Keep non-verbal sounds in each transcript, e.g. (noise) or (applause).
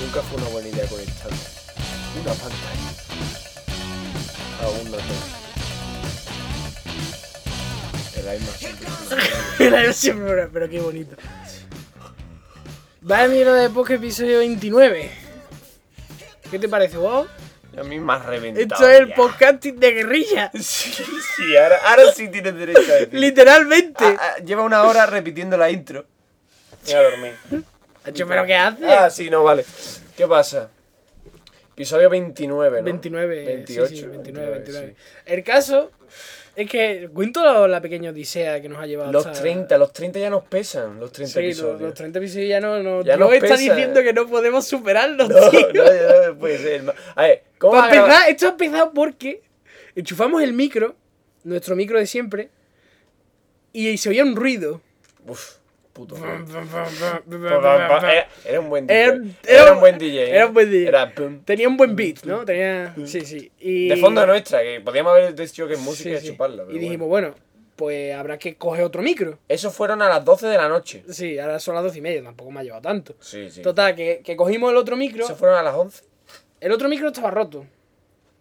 Nunca fue una buena idea conectarme. Una pantalla. Aún no tengo. El iMac siempre es una buena (laughs) idea. Era siempre una- pero qué bonito. Vaya mierda de podcast episodio 29. ¿Qué te parece, wow? A mí me has reventado. Esto es el ya. podcasting de guerrilla. (laughs) Sí, sí, ahora, ahora sí tienes derecho a decir. Literalmente. Ah, ah, lleva una hora repitiendo la intro. Voy a (laughs) dormir. Hacho, ¿Pero qué haces? Ah, sí, no, vale. ¿Qué pasa? Episodio 29, ¿no? 29, 28. 28, 29, 29. El caso es que cuento la pequeña odisea que nos ha sí. llevado Los hasta- 30, los 30 ya nos pesan, los 30 Sí, los- episodios. Los, 30 episodios ya no, no Ya Dios nos está pesa. diciendo que no podemos superarlos, No, tío. no, no, puede ser. ma- A ver, ¿cómo Para va a grabar? empezar, esto ha empezado porque enchufamos el micro, nuestro micro de siempre, y se oía un ruido. Uf, puto. Era- Era era un buen DJ. era Era, un- un buen DJ. era un buen DJ. Era pum. Tenía un buen beat, ¿no? Tenía. Sí, sí. Y... De fondo nuestra, que podíamos haber dicho que es música Sí, y sí. chuparla. pero Y dijimos, bueno. bueno, pues habrá que coger otro micro. Esos fueron a las 12 de la noche. Sí, ahora son las doce y media, tampoco me ha llevado tanto. Sí, sí. Total, que, que cogimos el otro micro. Esos fueron a las 11. El otro micro estaba roto. (laughs)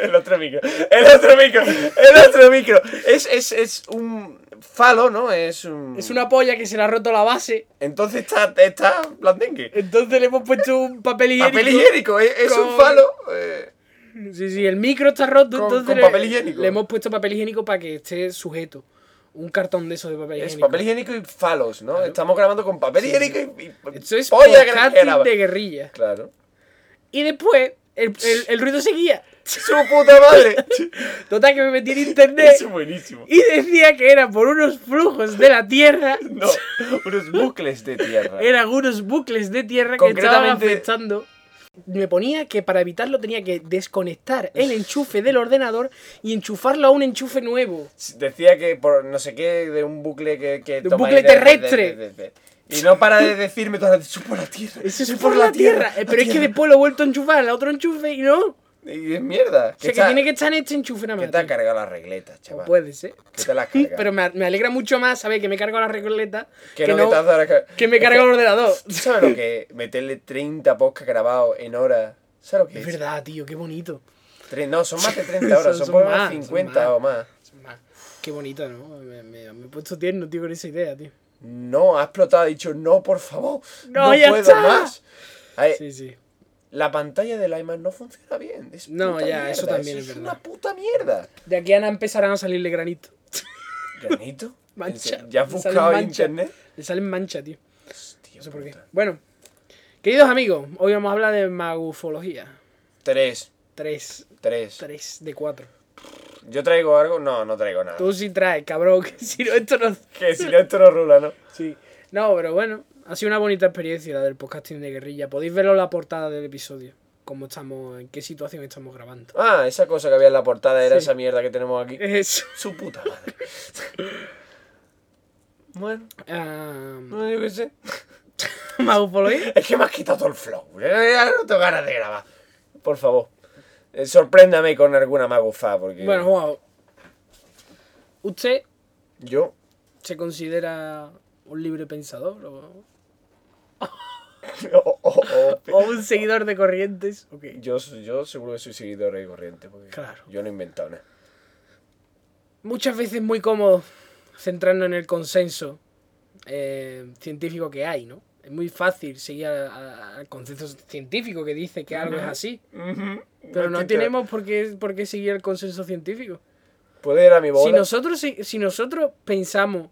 El otro micro. El otro micro. El otro micro. Es, es, es un falo, ¿no? Es un. Es una polla que se le ha roto la base. Entonces está, está blandengue. Entonces le hemos puesto un papel higiénico. Papel higiénico. Es, es un Con- falo. eh, Sí, sí, el micro está roto. Con- entonces con le- papel higiénico. Le hemos puesto papel higiénico para que esté sujeto. Un cartón de esos de papel es higiénico. papel higiénico y falos, ¿no? Estamos grabando con papel higiénico y. y- Esto es polla que- podcasting que graba. de guerrilla. Claro. Y después, el, el- el ruido seguía. ¡Su puta (laughs) madre! Total, que me metí en internet. es buenísimo. Y decía que era por unos flujos de la tierra. No, unos bucles de tierra. Eran unos bucles de tierra que estaban Concretamente- afectando. Me ponía que para evitarlo tenía que desconectar el enchufe del ordenador y enchufarlo a un enchufe nuevo. Decía que por no sé qué, de un bucle que. que un toma bucle ahí de- de- terrestre. de- de- de- Y no para de decirme todas las por la tierra. Eso es por la tierra. Eh, Pero es que después lo he vuelto a enchufar al otro enchufe y no. O Y es mierda. sea, que está- tiene que estar en este enchufe nada que más. te ha tío. cargado las regletas, O chaval. puede ser. Que te las cargas. Pero me, a- me alegra mucho más saber que me cargo la recoleta que, no, que te has dado la ca- que me Es cargo el ordenador. ¿Tú sabes lo que? Meterle 30 podcasts grabados en horas. ¿Sabes lo que Es es? verdad, tío, qué bonito. Tre- No, son más (laughs) de 30 horas, Son- son, son por más, más son 50 más. o más. Ma, Qué bonito, ¿no? Me, me- me he puesto tierno, tío, con esa idea, tío. No, ha explotado, ha dicho, no, por favor, No, no, ya puedo está. más. Ay, Sí, sí. La pantalla del iMac no funciona bien. es No, puta ya, eso mierda, también es Es verdad. una puta mierda. De aquí a nada empezarán a salirle granito. Granito, (laughs) Mancha. ¿ya has Le salen buscado en mancha. internet? Le salen mancha, tío. Hostia, No sé por qué. puta. Bueno, queridos amigos, hoy vamos a hablar de magufología. Tres, Tres. tres. Tres de cuatro. Yo traigo algo, no, no traigo nada. Tú sí traes, cabrón, (laughs) que si no, esto no. Que si no, esto no rula, ¿no? Sí. No, pero bueno, ha sido una bonita experiencia la del podcasting de guerrilla. Podéis verlo en la portada del episodio. Cómo estamos, en qué situación estamos grabando. (laughs) Ah, esa cosa que había en la portada era Sí. esa mierda que tenemos aquí. Eso. Su puta madre. (laughs) bueno, Ah, (laughs) no, yo qué sé. magufología. Es que me has quitado todo el flow. Ya ya no tengo ganas de grabar. Por favor. eh, sorpréndame con alguna magufa, porque (laughs) Bueno, Juan, ¿usted yo (laughs) se considera un libre pensador o, Oh, oh, oh. o un seguidor de corrientes? Ok. Yo, soy- yo seguro que soy seguidor de corriente. Porque Claro. Yo no he inventado nada. Muchas veces muy cómodo centrarnos en el consenso eh, científico que hay, ¿no? Es muy fácil seguir a- a- al consenso científico que dice que algo es así. Pero no Maldita. tenemos por qué, por qué seguir el consenso científico. Puede ir a mi boda. Si nosotros, si, si nosotros pensamos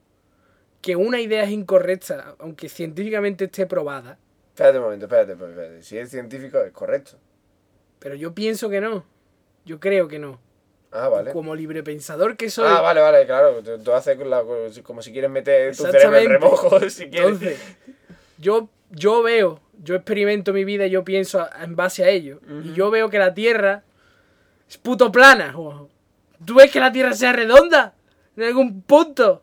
que una idea es incorrecta, aunque científicamente esté probada, Espérate un momento, espérate, espérate, espérate. Si es científico, es correcto. pero yo pienso que no, yo creo que no. Ah, vale. Como libre pensador que soy, Ah, vale, vale, claro. Tú, tú haces con la- como si quieres meter tu cerebro en Exactamente. remojo, (laughs) si quieres. Entonces, yo, yo veo, yo experimento mi vida y yo pienso a- en base a ello. Y yo veo que la Tierra es puto plana, Juanjo. ¿Tú ves que la Tierra sea redonda? En algún punto.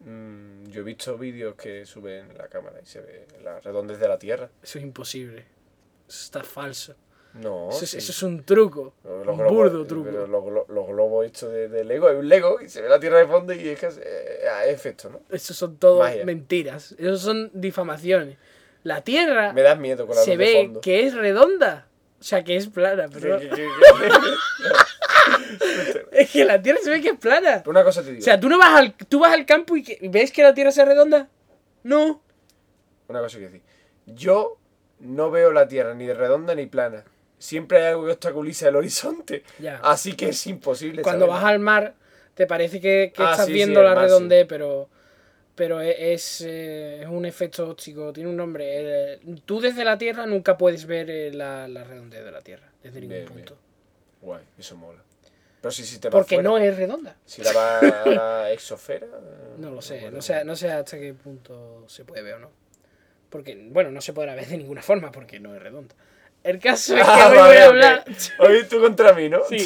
Mm, yo he visto vídeos que suben la cámara y se ve la redondez de la Tierra. Eso es imposible. Eso está falso. No. eso, es, Oh, sí. eso es un truco. Los un globos- eh, burdo pero truco. Los, glo- los globos estos de, de Lego, hay un Lego y se ve la Tierra de fondo y es que es, eh, ah, es esto, ¿no? Eso son todo Vaya. mentiras. Eso son difamaciones. la Tierra Me das miedo con la se luz de ve fondo. (laughs) que es redonda. O sea, que es plana, pero Que- que- que- es que la Tierra se ve que es plana. Una cosa (laughs) te digo. O sea, tú no vas al tú vas al campo y que- y ves que la Tierra sea redonda? No. Una cosa que decir. Yo no veo la Tierra ni de redonda ni plana. Siempre hay algo que obstaculiza el horizonte. Ya. Así que es imposible. Ah, Cuando vas saberlo. al mar te parece que, que Ah, estás sí, sí, viendo el la mar, redondez, pero pero e- es, eh, es un efecto óptico, tiene un nombre. Eh, Tú desde la Tierra nunca puedes ver eh, la, la redondez de la Tierra, desde ningún Bien, bien. punto. Guay, eso mola. Pero si, si te vas Porque fuera, no es redonda. Si la vas a la exosfera. No lo sé, bueno. no sé, no sé hasta qué punto se puede ver o no. Porque, bueno, no se podrá ver de ninguna forma porque no es redonda. El (laughs) caso es que Ah, hoy voy vale, a ok. hablar. Hoy tú contra mí, ¿no? Sí,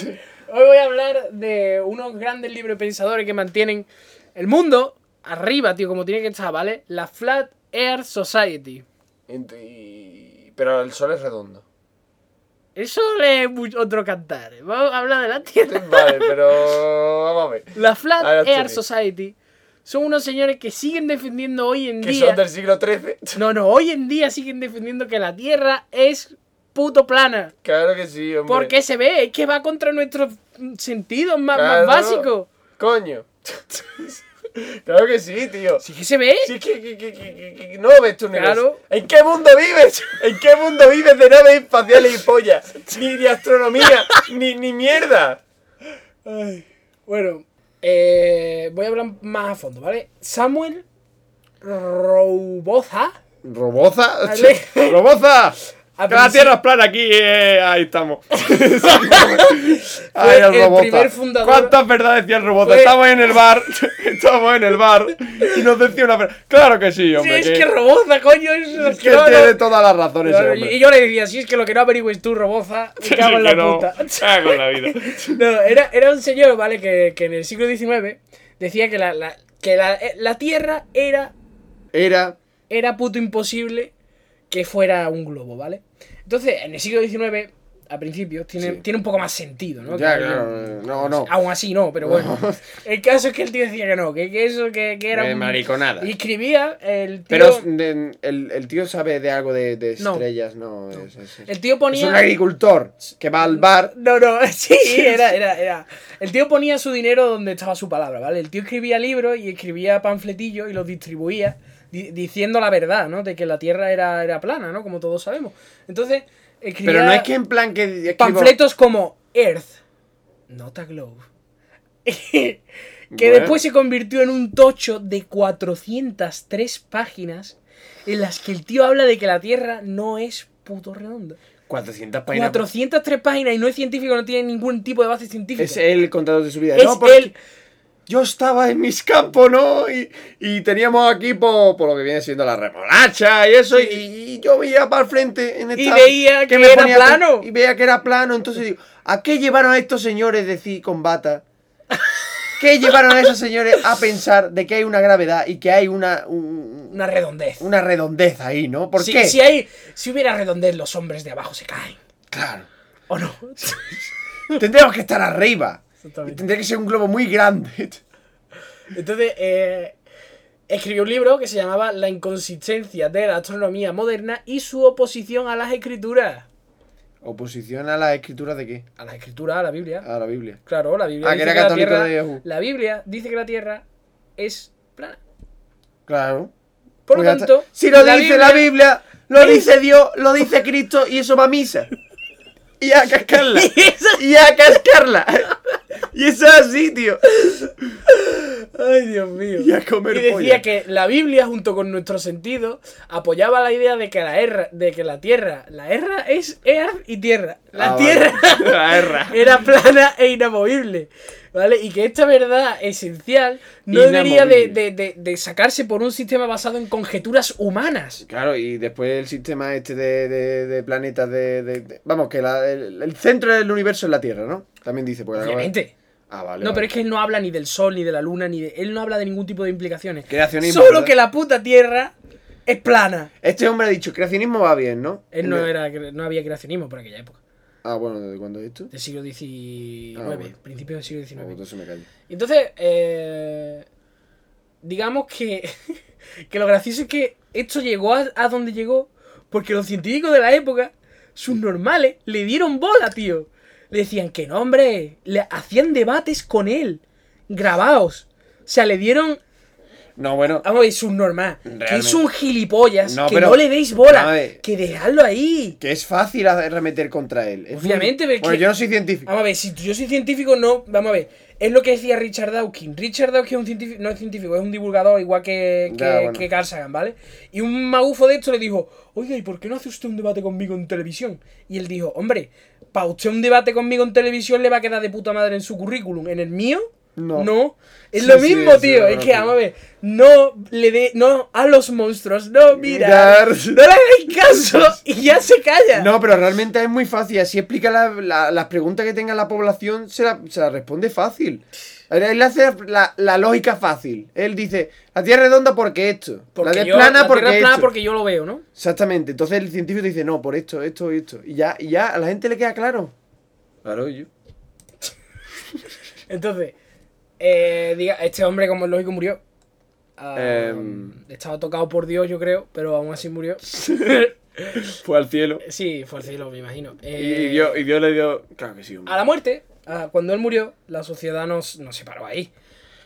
hoy voy a hablar de unos grandes librepensadores que mantienen el mundo arriba, tío, como tiene que estar, ¿vale? La Flat Air Society. Ent- y- Pero el sol es redondo. Eso es mu- otro cantar. Vamos a hablar de la Tierra. Vale, pero vamos a ver. La Flat Ahora tú Air di. Society son unos señores que siguen defendiendo hoy en Que día. son del siglo XIII. No, no, hoy en día siguen defendiendo que la Tierra es puto plana. Claro que sí, hombre. Porque se ve, es que va contra nuestros sentidos más, Claro. más básicos. Coño. claro que sí, tío. Sí que se ve. Sí, que, que- que- que- que- que no ves tu universo. Claro. ¿En qué mundo vives? ¿En qué mundo vives de naves espaciales y pollas? Ni de astronomía, ni, ni mierda. Ay, bueno, eh, voy a hablar más a fondo, ¿vale? Samuel Roboza. ¿Roboza? (laughs) Ale. ¡Roboza! A Que la principio- tierra es plana aquí, eh, ahí (laughs) estamos. (laughs) Fue Ay, el el Roboza. primer fundador- ¿Cuántas verdades decía el Roboza? Fue- Estamos en el bar, (laughs) estamos en el bar y nos decía una verdad. Claro que sí, Sí, hombre. es que, que Roboza, coño. Es, es que tiene todas las razones, ese hombre. y yo le decía, si es que lo que no averigües tú, Roboza, (laughs) me cago en Que la no, puta. (laughs) cago en la vida. No, era, era un señor, ¿vale? Que, que en el siglo XIX decía que la, la- que la, eh, la Tierra era, Era. era puto imposible que fuera un globo, ¿vale? Entonces, en el siglo XIX, a principios, tiene, Sí. tiene un poco más sentido, ¿no? Ya, Que- claro, no, no. Aún así no, pero bueno. (laughs) El caso es que el tío decía que no, que, que eso que, que era Eh, un- mariconada. Y escribía el tío... Pero es- de- el, el tío sabe de algo de, de No. estrellas, no. Es, es- es- El tío es un ponía... agricultor que va al bar. No, no, (laughs) (laughs) sí, era, era, era. El tío ponía su dinero donde estaba su palabra, ¿vale? El tío escribía libros y escribía panfletillos y los distribuía di- diciendo la verdad, ¿no? De que la Tierra era, era plana, ¿no? Como todos sabemos. Entonces, escribía Pero no es que en plan que. escribo- panfletos como Earth, not a globe. que Bueno. después se convirtió en un tocho de 403 páginas en las que el tío habla de que la Tierra no es puto redonda. 400 páginas. 403 páginas y no es científico, no tiene ningún tipo de base científica. Es el contador de su vida. Es no, porque él. Yo estaba en mis campos, ¿no? Y, y teníamos aquí por, por lo que viene siendo la remolacha y eso. Y, y yo veía para el frente. En Y veía que me era ponía a pe- plano. Y veía que era plano. Entonces digo, ¿a qué llevaron a estos señores de sí con bata? ¿Qué llevaron a esos señores a pensar de que hay una gravedad y que hay una, un- Una redondez. una redondez ahí, ¿no? ¿Por si, qué? si hay, si hubiera redondez, los hombres de abajo se caen. Claro. (laughs) ¿O no? Tendríamos que estar arriba. Y Exactamente. tendría que ser un globo muy grande. (laughs) Entonces, eh, escribió un libro que se llamaba La inconsistencia de la astronomía moderna y su oposición a las escrituras. ¿Oposición a las escrituras de qué? A las escrituras, a la Biblia. A la Biblia. Claro, la Biblia Ah, que dice era que la católico Tierra- de Yahoo. la Biblia dice que la Tierra es plana. Claro. Pues Por lo ya está. tanto, si lo dice la Biblia, lo dice Dios, lo dice Cristo y eso va a misa. Y a (laughs) cascarla. y a cascarla. y eso es así, tío. Ay, Dios mío. Y a comer Y decía polla. que la Biblia, junto con nuestro sentido, apoyaba la idea de que la erra, de que la tierra, la erra es earth y tierra. Ah, La vale. (laughs) tierra (laughs) La erra. era plana e inamovible. ¿Vale? Y que esta verdad esencial no debería de, Inamovible. de- de- de sacarse por un sistema basado en conjeturas humanas. Claro, y después el sistema este de, de- de planetas de, de- de- Vamos, que la- el, el centro del universo es la Tierra, ¿no? También dice, porque la- Obviamente. Ah, vale. No, vale. pero es que él no habla ni del sol, ni de la luna, ni de. Él no habla de ningún tipo de implicaciones. Creacionismo, Solo ¿verdad? que la puta tierra es plana. Este hombre ha dicho, creacionismo va bien, ¿no? Él no, era, no había creacionismo por aquella época. Ah, bueno, ¿desde cuándo es esto? del siglo XIX, Ah, bueno. principios del siglo Ah, XIX. entonces me callo. Entonces, eh, digamos (laughs) que, que lo gracioso es que esto llegó a, a donde llegó porque los científicos de la época, sus normales, le dieron bola, tío. Le decían que no, hombre, le hacían debates con él, grabados. O sea, le dieron No, bueno. Vamos a ver, subnormal. Que Realmente. es un gilipollas. No, que pero- eh. no le deis vamos a bola. ver. Que dejadlo ahí. Que es fácil hacer- remeter contra él. Es muy- Obviamente, pero es Bueno, que- Ah, yo no soy científico. Vamos a ver, si yo soy científico, no. Vamos a ver. Es lo que decía Richard Dawkins. Richard Dawkins es un científico, no es científico, es un divulgador igual que, que, Ya, bueno. que Carl Sagan, ¿vale? Y un magufo de esto le dijo, oiga, ¿y por qué no hace usted un debate conmigo en televisión? Y él dijo, hombre, para usted un debate conmigo en televisión le va a quedar de puta madre en su currículum. ¿En el mío? No. Es Sí, lo sí, mismo, es tío. Es verdad, que, tío. vamos a ver, no le dé, no a los monstruos, no mira. Mirar. No le hagáis (laughs) caso y ya se calla. No, pero realmente es muy fácil. Así explica la- la- las preguntas que tenga la población, se la, se la responde fácil. Él hace la, la lógica fácil. Él dice, la Tierra es redonda porque esto. Porque la de yo- plana la porque Tierra es plana esto. porque yo lo veo, ¿no? Exactamente. Entonces el científico te dice, no, por esto, esto y esto. Y ya, y ya a la gente le queda claro. Claro, yo. Entonces, eh, diga, este hombre, como es lógico, murió. Ah, Em. Estaba tocado por Dios, yo creo, pero aún así murió. Fue al cielo. Sí, fue al cielo, me imagino. Y, Eh, Dios, le dio. Claro que sí, A la muerte, ah, cuando él murió, la sociedad nos, nos separó ahí.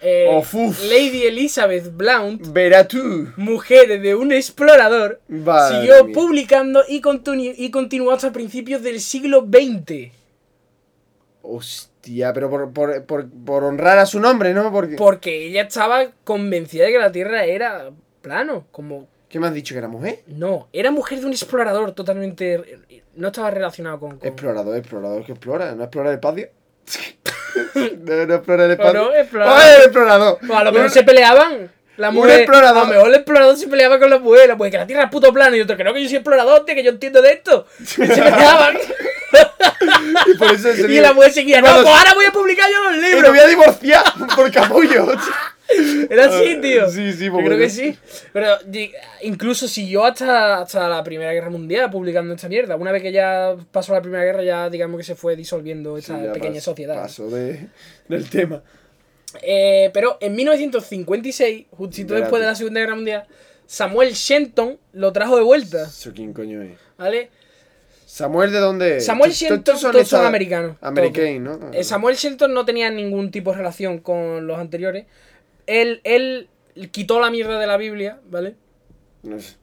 Eh, Oh, fuf. Lady Elizabeth Blount Verá tú. Mujeres de un explorador Madre siguió mía. publicando y, continu- y continuó hasta principios del siglo XX. Hostia, pero por, por- por- por honrar a su nombre, ¿no? Porque. Porque ella estaba convencida de que la Tierra era plano. Como, ¿Qué me has dicho que era mujer? no, era mujer de un explorador totalmente... No estaba relacionado con... con- Explorador, explorador que explora, no explora el espacio. (laughs) no, no explora el espacio. no, explorador. ¡Ay, el explorador! O a lo mejor No, se peleaban. La Un mujer, explorador. A lo mejor el explorador se peleaba con la mujer. Pues que la tierra es puto plano. Y otro, que no, que yo soy explorador, tío, que yo entiendo (laughs) de esto. Y se peleaban. Y por eso se y dice, la mujer seguía. No, Cuando- pues ahora voy a publicar yo los "Eh, libros. me voy a divorciar (laughs) por capullo. Era así, tío. Ah, Sí, sí, Yo pues bueno. creo que sí. Pero di- incluso siguió hasta, hasta la Primera Guerra Mundial publicando esta mierda. Una vez que ya pasó la Primera Guerra, ya digamos que se fue disolviendo esta Sí, ya pequeña pas- sociedad. Paso de- del tema. Eh, pero en 1956, justito Verá después tú. de la Segunda Guerra Mundial, Samuel Shenton lo trajo de vuelta, ¿Eso quién coño es? ¿vale? ¿Samuel de dónde? es? Samuel Estos- estos Shenton, todos son, esa- americanos. American, todos. ¿no? Eh, Samuel Shenton no tenía ningún tipo de relación con los anteriores. Él, él quitó la mierda de la Biblia, ¿vale? No sé.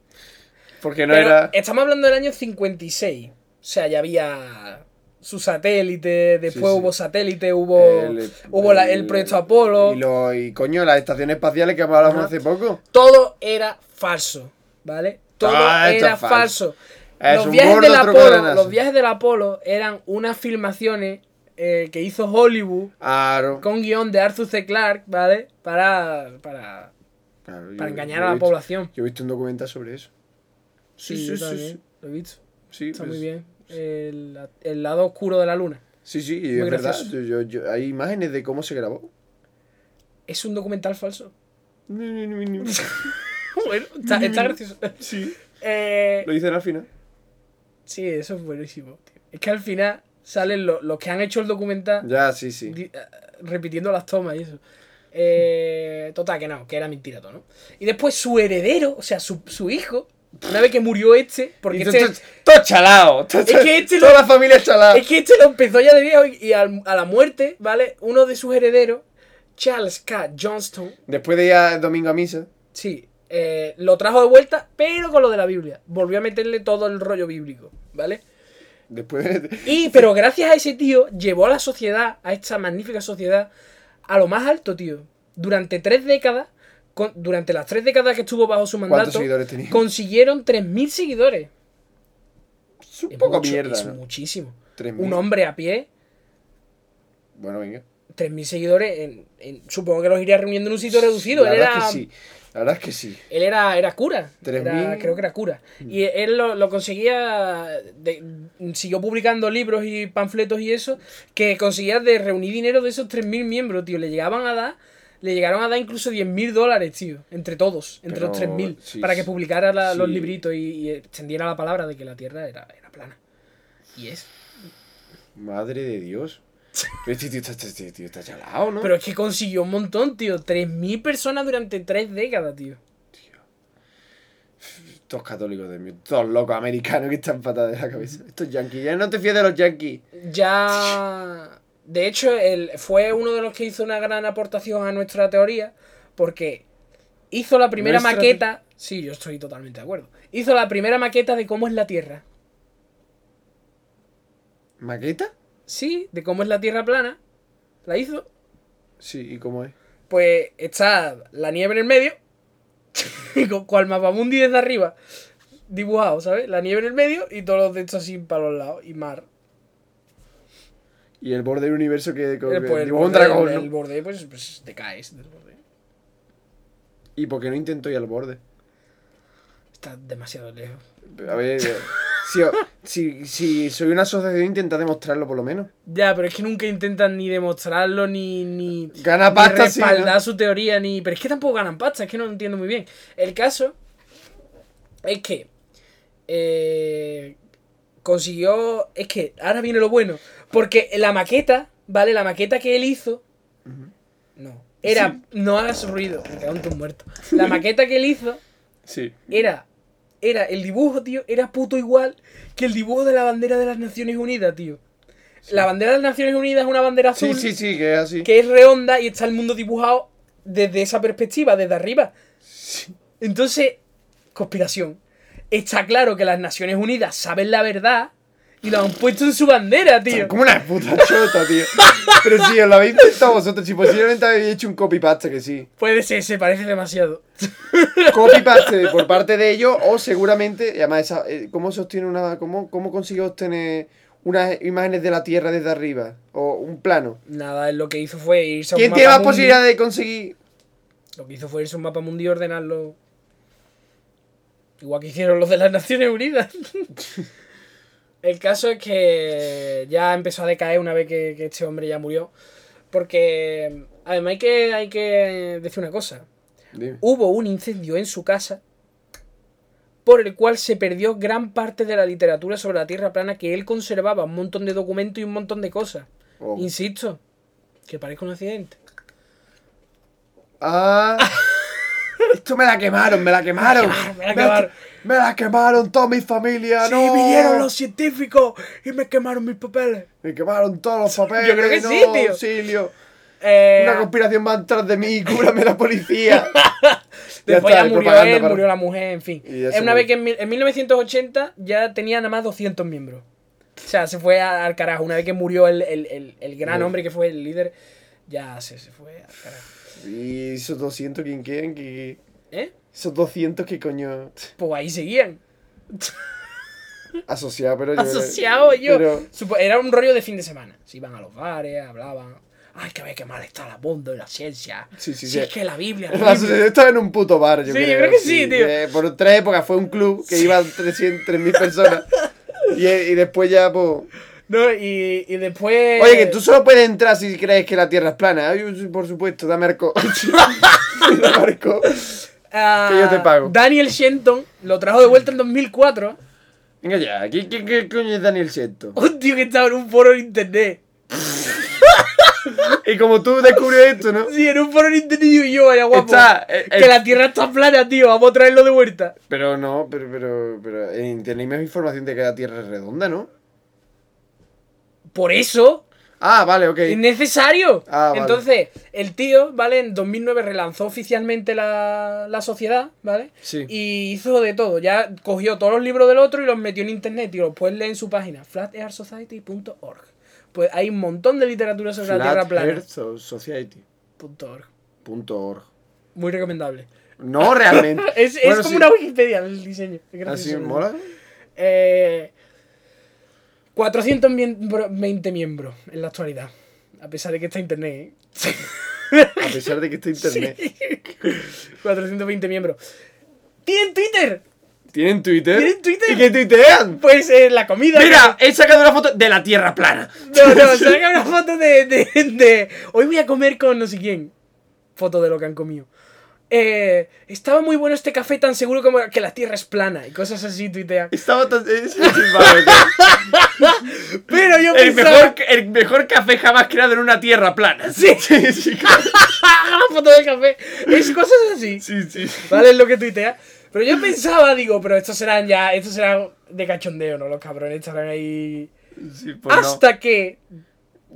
Porque no Pero era. Estamos hablando del año 56. O sea, ya había su satélite, después sí. hubo satélite, hubo el, hubo la- el proyecto Apolo. eh, Y, lo- y coño, las estaciones espaciales que hablábamos Ajá. hace poco. Todo era falso, ¿vale? Todo Ah, esto era es falso. falso. Es Los un viajes, gordo del truco de la Apolo, NASA. los viajes del Apolo eran unas filmaciones eh, que hizo Hollywood Claro. con guión de Arthur C. Clarke, ¿vale? Para, para, Claro, yo- para engañar yo a he la visto- población. Yo he visto un documental sobre eso. yo también Lo he visto. Sí, Está pues, muy bien. El- el lado oscuro de la luna. Sí, sí, y es Muy verdad. gracioso. Yo, yo- yo- hay imágenes de cómo se (laughs) grabó. ¿Es un documental (laughs) falso? sí, Bueno, (laughs) está, (laughs) está gracioso. Eh, lo dicen al final. sí, eso es buenísimo. tío. Es que al final salen lo- los que han hecho el documental Ya, sí, sí. di- eh, repitiendo las tomas y eso. Eh, total, que no, que era mentira todo, ¿no? Y después su heredero, o sea, su, su hijo, una vez que murió este, porque Y este, to- to- todo chalado. to- Es que este toda lo- la familia es chalada. es que este lo empezó ya de viejo y, y al- a la muerte, ¿vale? Uno de sus herederos, Charles K. Johnston, Después de ir a- domingo a misa. Sí, eh, lo trajo de vuelta, pero con lo de la Biblia. Volvió a meterle todo el rollo bíblico, ¿vale? Después de- Y, pero gracias a ese tío, llevó a la sociedad, a esta magnífica sociedad, a lo más alto, tío. Durante tres décadas, con- durante las tres décadas que estuvo bajo su ¿Cuántos mandato, seguidores tenía? consiguieron 3.000 seguidores. Es un Es poco mucho, mierda. Es ¿no? muchísimo. 3.000. Un hombre a pie, Bueno, venga. 3.000 seguidores, en- en- supongo que los iría reuniendo en un sitio reducido. La Él verdad es era que sí. La verdad es que sí. Él era, era cura. Tres Era- mil. Mm. creo que era cura. Y él lo, lo conseguía. de- siguió publicando libros y panfletos y eso. Que conseguía de reunir dinero de esos 3.000 miembros, tío. Le llegaban a dar. Le llegaron a dar incluso 10.000 dólares, tío. Entre todos. Entre los Pero, 3.000. sí, para que sí, publicara la- los sí. libritos y, y extendiera la palabra de que la tierra era, era plana. Y es. Madre de (laughs) Dios. Este tío está, este tío está chalado, ¿no? Pero es que consiguió un montón, tío. 3.000 personas durante tres décadas, tío. Estos católicos de mí, estos locos americanos que están patados de la cabeza. Estos yankees, ya no te fíes de los yankees. Ya. De hecho, él fue uno de los que hizo una gran aportación a nuestra teoría, porque hizo la primera Nuestra te- maqueta. Sí, yo estoy totalmente de acuerdo. Hizo la primera maqueta de cómo es la Tierra. ¿Maqueta? Sí, de cómo es la Tierra plana. La hizo. Sí, ¿y cómo es? Pues está la nieve en el medio. (laughs) Y con cual mapamundi desde arriba. Dibujado, ¿sabes? La nieve en el medio y todos los de estos así para los lados. Y mar. Y el borde del universo que. que- Eh, pues, el, dibujó un borde, dragón, el- ¿no? el borde, pues, pues, te caes del borde. ¿Y por qué no intento ir al borde? Está demasiado lejos. A ver. eh, si, si, si soy una asociación, intenta demostrarlo por lo menos. Ya, pero es que nunca intentan ni demostrarlo, ni, ni, Gana ni pasta, sí, respaldar ¿no? su teoría, ni. Pero es que tampoco ganan pasta, es que no lo entiendo muy bien. El caso es que eh, consiguió. Es que ahora viene lo bueno. Porque la maqueta, ¿vale? La maqueta que él hizo. No. Era. No hagas ruido. Me cago en tus muertos. La maqueta que él hizo Sí. era. Era. El dibujo, tío, era puto igual que el dibujo de la bandera de las Naciones Unidas, tío. La bandera de las Naciones Unidas es una bandera azul Sí, sí, sí, que es así. que es redonda y está el mundo dibujado desde esa perspectiva, desde arriba. Entonces, conspiración. Está claro que las Naciones Unidas saben la verdad y la han puesto en su bandera, tío. Son como una puta chota, tío. Pero si os lo habéis intentado vosotros, si posiblemente habéis hecho un copy-paste, que sí. Puede ser, se parece demasiado. Copy-paste por parte de ellos, o seguramente, y además, esa- eh, ¿cómo sostiene una. Cómo, cómo consigue obtener unas imágenes de la Tierra desde arriba? O un plano. Nada, él lo que hizo fue irse a un ¿Quién mapa tiene más mundi. posibilidad de conseguir? Lo que hizo fue irse a un mapa mundi y ordenarlo. Igual que hicieron los de las Naciones Unidas. El caso es que ya empezó a decaer una vez que, que este hombre ya murió. Porque, además, hay que, hay que decir una cosa. Dime. Hubo un incendio en su casa por el cual se perdió gran parte de la literatura sobre la Tierra plana que él conservaba, un montón de documentos y un montón de cosas. Oh. Insisto, que parezca un accidente. (laughs) Ah. Esto me la quemaron, me la quemaron. Me la quemaron. Me la quemaron toda mi familia, Sí, no. vinieron los científicos y me quemaron mis papeles. Me quemaron todos los papeles. Yo creo que no, sí, tío. auxilio. Eh, Una conspiración va atrás de mí, cúbrame la (laughs) policía. después está, ya, de murió propaganda él, para- murió la mujer, en fin. Y ya Es se una murió. vez que en, mil- en 1980 ya tenía nada más 200 miembros. O sea, se fue a- al carajo. Una vez que murió el, el- el- el gran Uf. hombre que fue el líder, ya se, se fue al carajo. y esos 200, ¿quién quieren? Que... ¿Eh? Esos 200, que coño? Pues ahí seguían. Asociado, pero yo. Asociado (laughs) yo. Pero, Supo- Era un rollo de fin de semana. Se iban a los bares, hablaban. Ay, que ve que mal está la mundo y la ciencia. Sí, sí, si sí. es que la (laughs) Biblia. la la Biblia. asociación estaba en un puto bar, yo Sí, yo creo. creo que sí, tío. Eh, por tres épocas fue un club que iba a 300, 3.000 personas. Y, y después ya, pues. No, y, y después. Oye, que tú solo puedes entrar si crees que la Tierra es plana. Ay, por supuesto, dame arco. (laughs) dame arco. Ah, que yo te pago. Daniel Shenton lo trajo de vuelta en 2004. Venga ya, ¿qué, qué, qué coño es Daniel Sexto? Un tío que estaba en un foro en internet. Y como tú descubrió (laughs) esto, ¿no? Sí, en un foro en internet y yo, vaya guapo. Está, eh, que eh. la tierra está plana, tío. Vamos a traerlo de vuelta. Pero no, pero, pero, pero en internet hay más información de que la Tierra es redonda, ¿no? Por eso Ah, vale, ok. es necesario. Ah, vale. Entonces, el tío, ¿vale? En 2009 relanzó oficialmente la, la sociedad, ¿vale? Sí. Y hizo de todo. Ya cogió todos los libros del otro y los metió en internet. Y los puedes leer en su página, flatearthsociety.org. Pues hay un montón de literatura sobre la tierra plana. punto org. Muy recomendable. No, realmente. (laughs) Es, es Bueno, como sí. una Wikipedia el diseño. Es gracioso, ¿Así ¿no? mola? Eh, 420 miembros en la actualidad. A pesar de que está internet, ¿eh? (laughs) A pesar de que está en internet. 420 miembros. ¡Tienen Twitter! ¿Tienen Twitter? ¿Tienen Twitter? ¿Y qué tuitean? Pues eh, la comida. Mira, he sacado una foto de la Tierra (laughs) plana. (laughs) No, no, saca una foto de, de- de- Hoy voy a comer con no sé quién. Foto de lo que han comido. Eh, estaba muy bueno este café tan seguro como que la tierra es plana y cosas así tuitean. (laughs) Estaba tan... es- es malo, tío. Pero (laughs) yo el, pensaba. mejor, el mejor café jamás creado en una Tierra plana. Sí. (laughs) sí, sí. la foto del ¡Ah, café. Es cosas así. sí, sí. (laughs) ¿Vale? Es lo que tuitea. Pero yo pensaba, digo, pero estos serán ya, estos serán de cachondeo, ¿no? Los cabrones estarán ahí. Sí, pues no. Hasta que.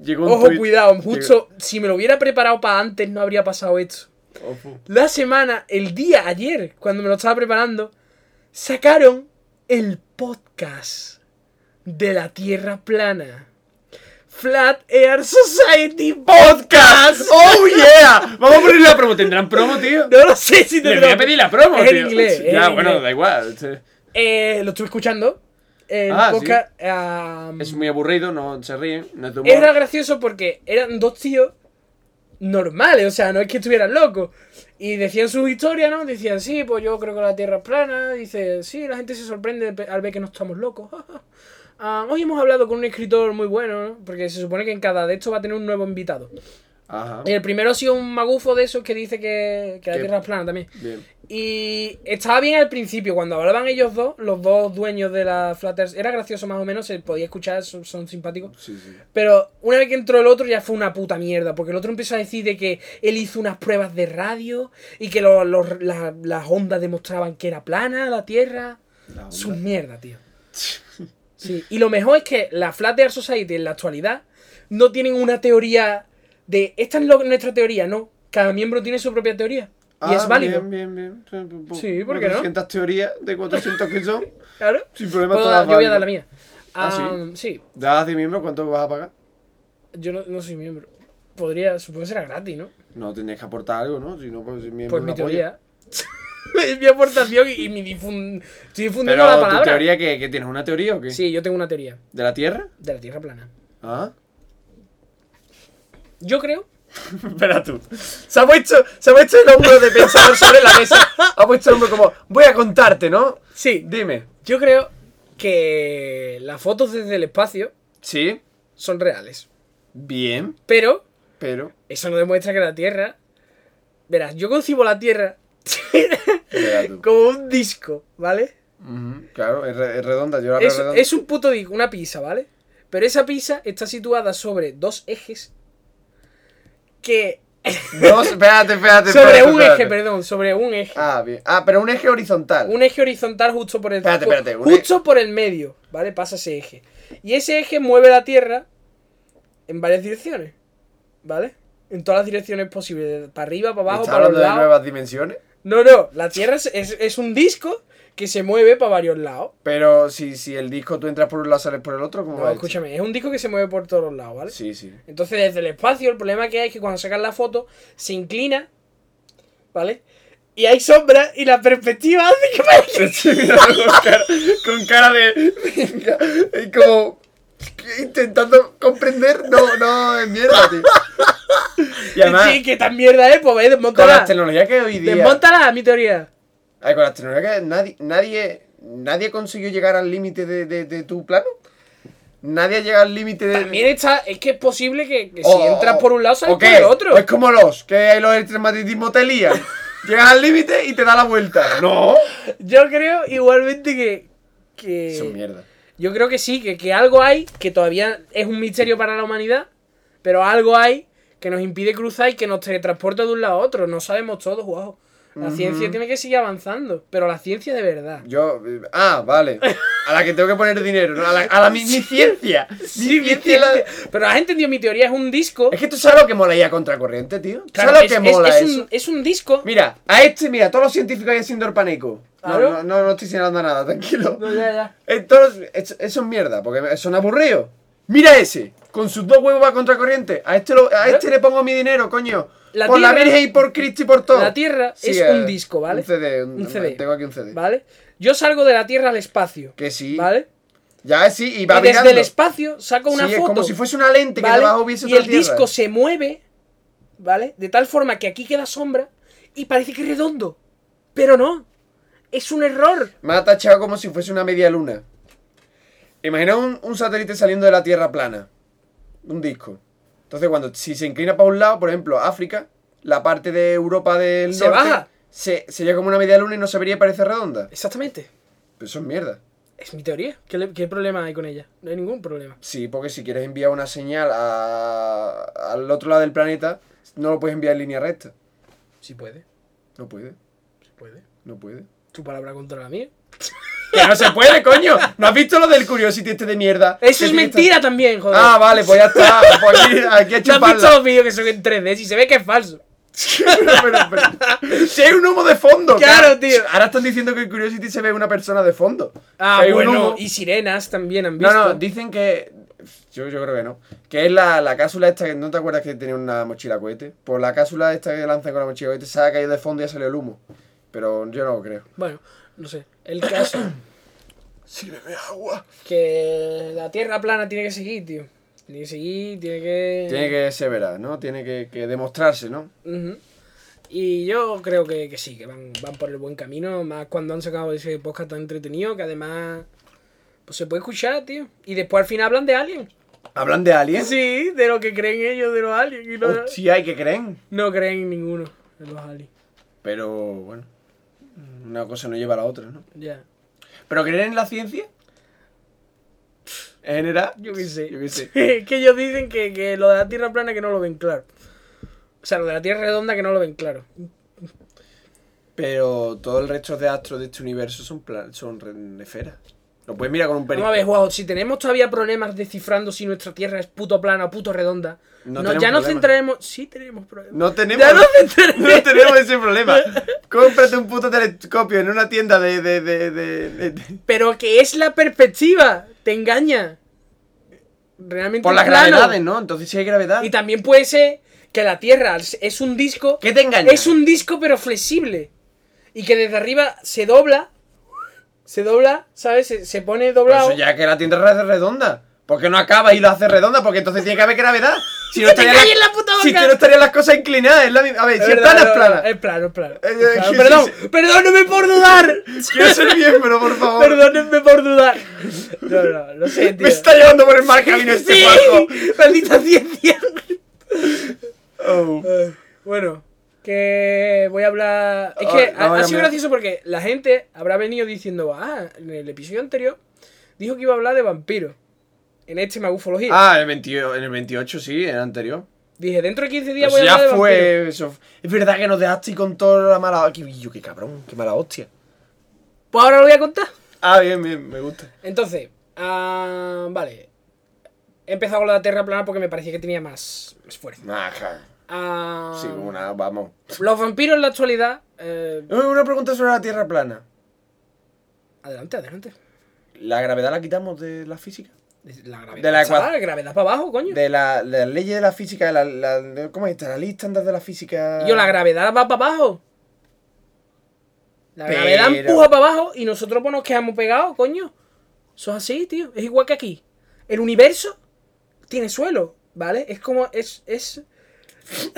Llegó un Ojo, tuit- cuidado, justo si me lo hubiera preparado para antes no habría pasado esto. llegó- Ojo. La semana, el día ayer, cuando me lo estaba preparando, sacaron el podcast de la Tierra Plana. Flat Air Society Podcast. (laughs) ¡Oh, yeah! Vamos a poner la promo. ¿Tendrán promo, tío? No lo sé si te Le voy a pedir la promo, Es en tío. inglés, es ya, en bueno, inglés. da igual. sí. Eh, lo estuve escuchando. El Ah, sí. podcast. am, Es muy aburrido, no se ríen, no es tu humor. Era gracioso porque eran dos tíos normales, o sea, no es que estuvieran locos. Y decían sus historias, ¿no? Decían, sí, pues yo creo que la Tierra es plana. Dice, sí, la gente se sorprende pe- al ver que no estamos locos. (laughs) Ah, hoy hemos hablado con un escritor muy bueno, ¿no? Porque se supone que en cada de estos va a tener un nuevo invitado. Ajá. Y el primero ha sido un magufo de esos que dice que, que la Que- Tierra es plana también. Bien. Y estaba bien al principio, cuando hablaban ellos dos, los dos dueños de la Flatters, era gracioso más o menos, se podía escuchar, son- son simpáticos. Sí, sí. Pero una vez que entró el otro ya fue una puta mierda, porque el otro empezó a decir de que él hizo unas pruebas de radio y que lo- lo- la- las ondas demostraban que era plana la Tierra. La onda. Su mierda, tío. Sí, y lo mejor es que la Flat Earth Society en la actualidad no tienen una teoría de esta es lo- nuestra teoría, no. Cada miembro tiene su propia teoría. Y Ah, es válido. Bien, bien, bien. Sí, ¿por qué no? 400 teorías de 400 que (laughs) son. Claro. Sin problema, Puedo todas dar- yo voy a válidas. dar la mía. Ah, ¿sí? Am, sí. ¿Das de miembro cuánto vas a pagar? Yo no, no soy miembro. Podría, supongo que será gratis, ¿no? No, tendrías que aportar algo, ¿no? Si no, pues si miembro Pues mi no apoya. teoría. (laughs) es mi aportación y, y mi difun... Estoy difundiendo Pero la palabra. tu teoría, que, tienes? ¿Una teoría o qué? Sí, yo tengo una teoría ¿De la Tierra? de la Tierra plana. Ah. Yo creo. Espera tú. Se ha, puesto, se ha puesto el hombro de pensador sobre la mesa. Ha puesto el hombro como, voy a contarte, ¿no? Sí, Dime. yo creo que las fotos desde el espacio Sí. son reales. Bien, Pero pero... eso no demuestra que la Tierra. Verás, yo concibo la Tierra Espera tú. como un disco, ¿vale? Ujú, Claro, es, re- es redonda, yo la veo Es, redonda. es un puto disco, una pizza, ¿vale? Pero esa pizza está situada sobre dos ejes que No, espérate, espérate, sobre espérate, un espérate. eje, perdón, sobre un eje. Ah, bien. Ah, pero un eje horizontal. Un eje horizontal justo por el Espérate, por- espérate, un justo por el medio, ¿vale? Pasa ese eje. Y ese eje mueve la Tierra en varias direcciones, ¿vale? En todas las direcciones posibles, de- para arriba, para abajo, ¿Estás para los hablando de lados. nuevas dimensiones? No, no, la Tierra es, es- es un disco que se mueve para varios lados. Pero si, si el disco tú entras por un lado, sales por el otro, ¿cómo No, va esto? escúchame, es un disco que se mueve por todos los lados, ¿vale? este. Sí, sí. Entonces, desde el espacio, el problema que hay es que cuando sacas la foto, se inclina, ¿vale? Y hay sombras y la perspectiva hace que parezca Te estoy mirando con cara, con cara de. venga, y como. Intentando comprender. No, no, es mierda, tío. Y además, Sí, (laughs) que tan mierda es, pues ve, con las desmontala. tecnologías que hoy día. Desmontala, mi teoría. Ay, con las tecnologías que nadie, nadie, nadie consiguió llegar al límite de, de- de tu plano. Nadie ha llegado al límite de. También está, es que es posible que, que si O- entras por un lado, sales ¿o por qué? Pues el otro. O Es como los, que hay los electromagnetismo te lían. (laughs) Llegas al límite y te da la vuelta. No. Yo creo igualmente que. que- Son mierda. yo creo que sí, que, que algo hay que todavía es un misterio para la humanidad, pero algo hay que nos impide cruzar y que nos teletransporta de un lado a otro. No sabemos todos, guau. La ciencia tiene que seguir avanzando, pero la ciencia de verdad. Yo. eh, Ah, vale. A la que tengo que poner dinero, ¿no? A la, a la mi, mi ciencia. Sí, Mi ciencia (laughs) es la- Pero has entendido mi teoría, es un disco. Es que tú sabes lo que mola ir a contracorriente, tío. ¿Tú Claro, ¿Sabes lo es- que es- mola es eso? un, es un disco. Mira, a este, mira, todos los científicos ahí haciendo el panico. No, Claro. no, no, no estoy señalando nada, tranquilo. No, ya, ya. Eh, todos- es- eso es mierda, porque son aburridos. Mira ese, con sus dos huevos a contracorriente. A este, lo- a ¿Eh? este le pongo mi dinero, coño. La por la tierra- Virgen y por Cristo y por todo. La Tierra Sí, es eh, un disco, ¿vale? Un CD, un- Un CD. Tengo aquí un CD. ¿Vale? Yo salgo de la Tierra al espacio. Que sí. ¿Vale? Ya sí, y va y desde mirando. el espacio saco una Sí, foto. es como si fuese una lente que ¿vale? debajo hubiese Y otra el tierra. disco se mueve, ¿vale? De tal forma que aquí queda sombra y parece que es redondo. Pero no. Es un error. Me ha tachado como si fuese una media luna. Imagina un, un satélite saliendo de la Tierra plana. Un disco. Entonces, cuando si se inclina para un lado, por ejemplo, África, la parte de Europa del Se norte, baja. Se, sería como una media luna y no se vería y parece redonda. Exactamente. Pero eso es mierda. Es mi teoría. ¿Qué, le- qué problema hay con ella? No hay ningún problema. Sí, porque si quieres enviar una señal a- al otro lado del planeta, no lo puedes enviar en línea recta. Si puede. No puede, Si puede. (laughs) no puede. Tu palabra contra la mía. Que no se puede, coño. ¿No has visto lo del Curiosity este de mierda? Eso Que es tiene mentira esta- también, joder. Ah, vale, pues ya está. Pues (laughs) aquí, aquí a ¿No has visto chuparla. los vídeos que son en 3D? Si se ve que es falso. (laughs) Pero- pero- si hay un humo de fondo. Claro, tío. Ahora están diciendo que en Curiosity se ve una persona de fondo. Ah, Que hay un bueno. humo. Y sirenas también han No, visto. no, dicen que. Yo, yo creo que no. Que es la, la cápsula esta que no te acuerdas que tenía una mochila cohete. Pues la cápsula esta que lanzan con la mochila cohete se ha caído de fondo y ha salido el humo. Pero yo no lo creo. Bueno, no sé. El (coughs) caso Sírveme agua. que la Tierra plana tiene que seguir, tío. Tiene que seguir, tiene que... Tiene que ser verdad, ¿no? Tiene que, que demostrarse, ¿no? Ujú. Y yo creo que, que sí, que van, van por el buen camino, más cuando han sacado ese podcast tan entretenido, que además pues se puede escuchar, tío. Y después al final hablan de aliens. ¿Hablan de aliens? Sí, de lo que creen ellos de los aliens. y no, Hostia, ¿y qué creen? no creen en ninguno de los aliens. Pero bueno, una cosa no lleva a la otra, ¿no? Ya. ¿Pero creer en la ciencia? ¿En general? Yo qué sé. Yo qué (laughs) sé. que ellos dicen que, que lo de la Tierra plana que no lo ven claro. O sea, lo de la Tierra redonda que no lo ven claro. Pero todo el resto de astros de este universo son, pla- son re- esferas. Lo puedes mirar con un Vamos a periscopio. ver, Juanjo, si tenemos todavía problemas descifrando si nuestra Tierra es puto plana o puto redonda, No no- tenemos ya nos problemas. centraremos... Sí tenemos problemas. No tenemos, Ya no me no tenemos ese problema. Cómprate un puto telescopio en una tienda de... de, de, de- de- de- Pero que es la perspectiva, te engaña. Realmente Por es las plano. gravedades, ¿no? Entonces si hay gravedad. Y también puede ser que la Tierra es un disco. ¿Qué te engaña? Es un disco pero flexible. Y que desde arriba se dobla. Se dobla, ¿sabes? Se, se pone Pero doblado. eso ya que la Tierra es redonda. ¿Por qué no acaba y lo hace redonda? Porque entonces tiene que haber gravedad. Si no ¡Que (laughs) te estarían calles la puta si boca! no estarían las cosas inclinadas. es la misma- A ver, Es si es verdad, plana, es no, plana. Es plano, es plano. Eh, Es plano. sí, Perdón, sí, perdóname por dudar. (laughs) Quiero ser miembro, por favor. Perdónenme por dudar. No, no, lo sé, tío. Me está llevando por el mal camino este Sí, guapo. maldita ciencia. Oh. Ay, Bueno, que voy a hablar. Es que Ah, ha- no, ha, ya sido me- gracioso porque la gente habrá venido diciendo, ah, en el episodio anterior dijo que iba a hablar de vampiros. En este me ufología. Ah, el 28, en el 28 sí, en el anterior. Dije, dentro de 15 días Pues voy a ya hablar de vampiros. fue eso. Es verdad que nos dejaste con toda la mala... Qué, yo, qué cabrón, qué mala hostia. Pues ahora lo voy a contar. Ah, bien, bien, me gusta. Entonces, ah, vale. He empezado con la Tierra plana porque me parecía que tenía más esfuerzo. Ajá. Ah, Sí, una, vamos. Los vampiros en la actualidad. eh, Eh, Una pregunta sobre la Tierra plana. adelante, adelante. ¿La gravedad la quitamos de la física? La gravedad. De la chaval, ecua- gravedad para abajo, coño. De la, de las leyes de la física, de la, la- de- ¿cómo es esta? La ley estándar de la física. Yo, la gravedad va para abajo. La Pero- gravedad empuja para abajo y nosotros pues, nos quedamos pegados, coño. Eso es así, tío. Es igual que aquí. El universo tiene suelo, ¿vale? Es como. Es. es... (laughs)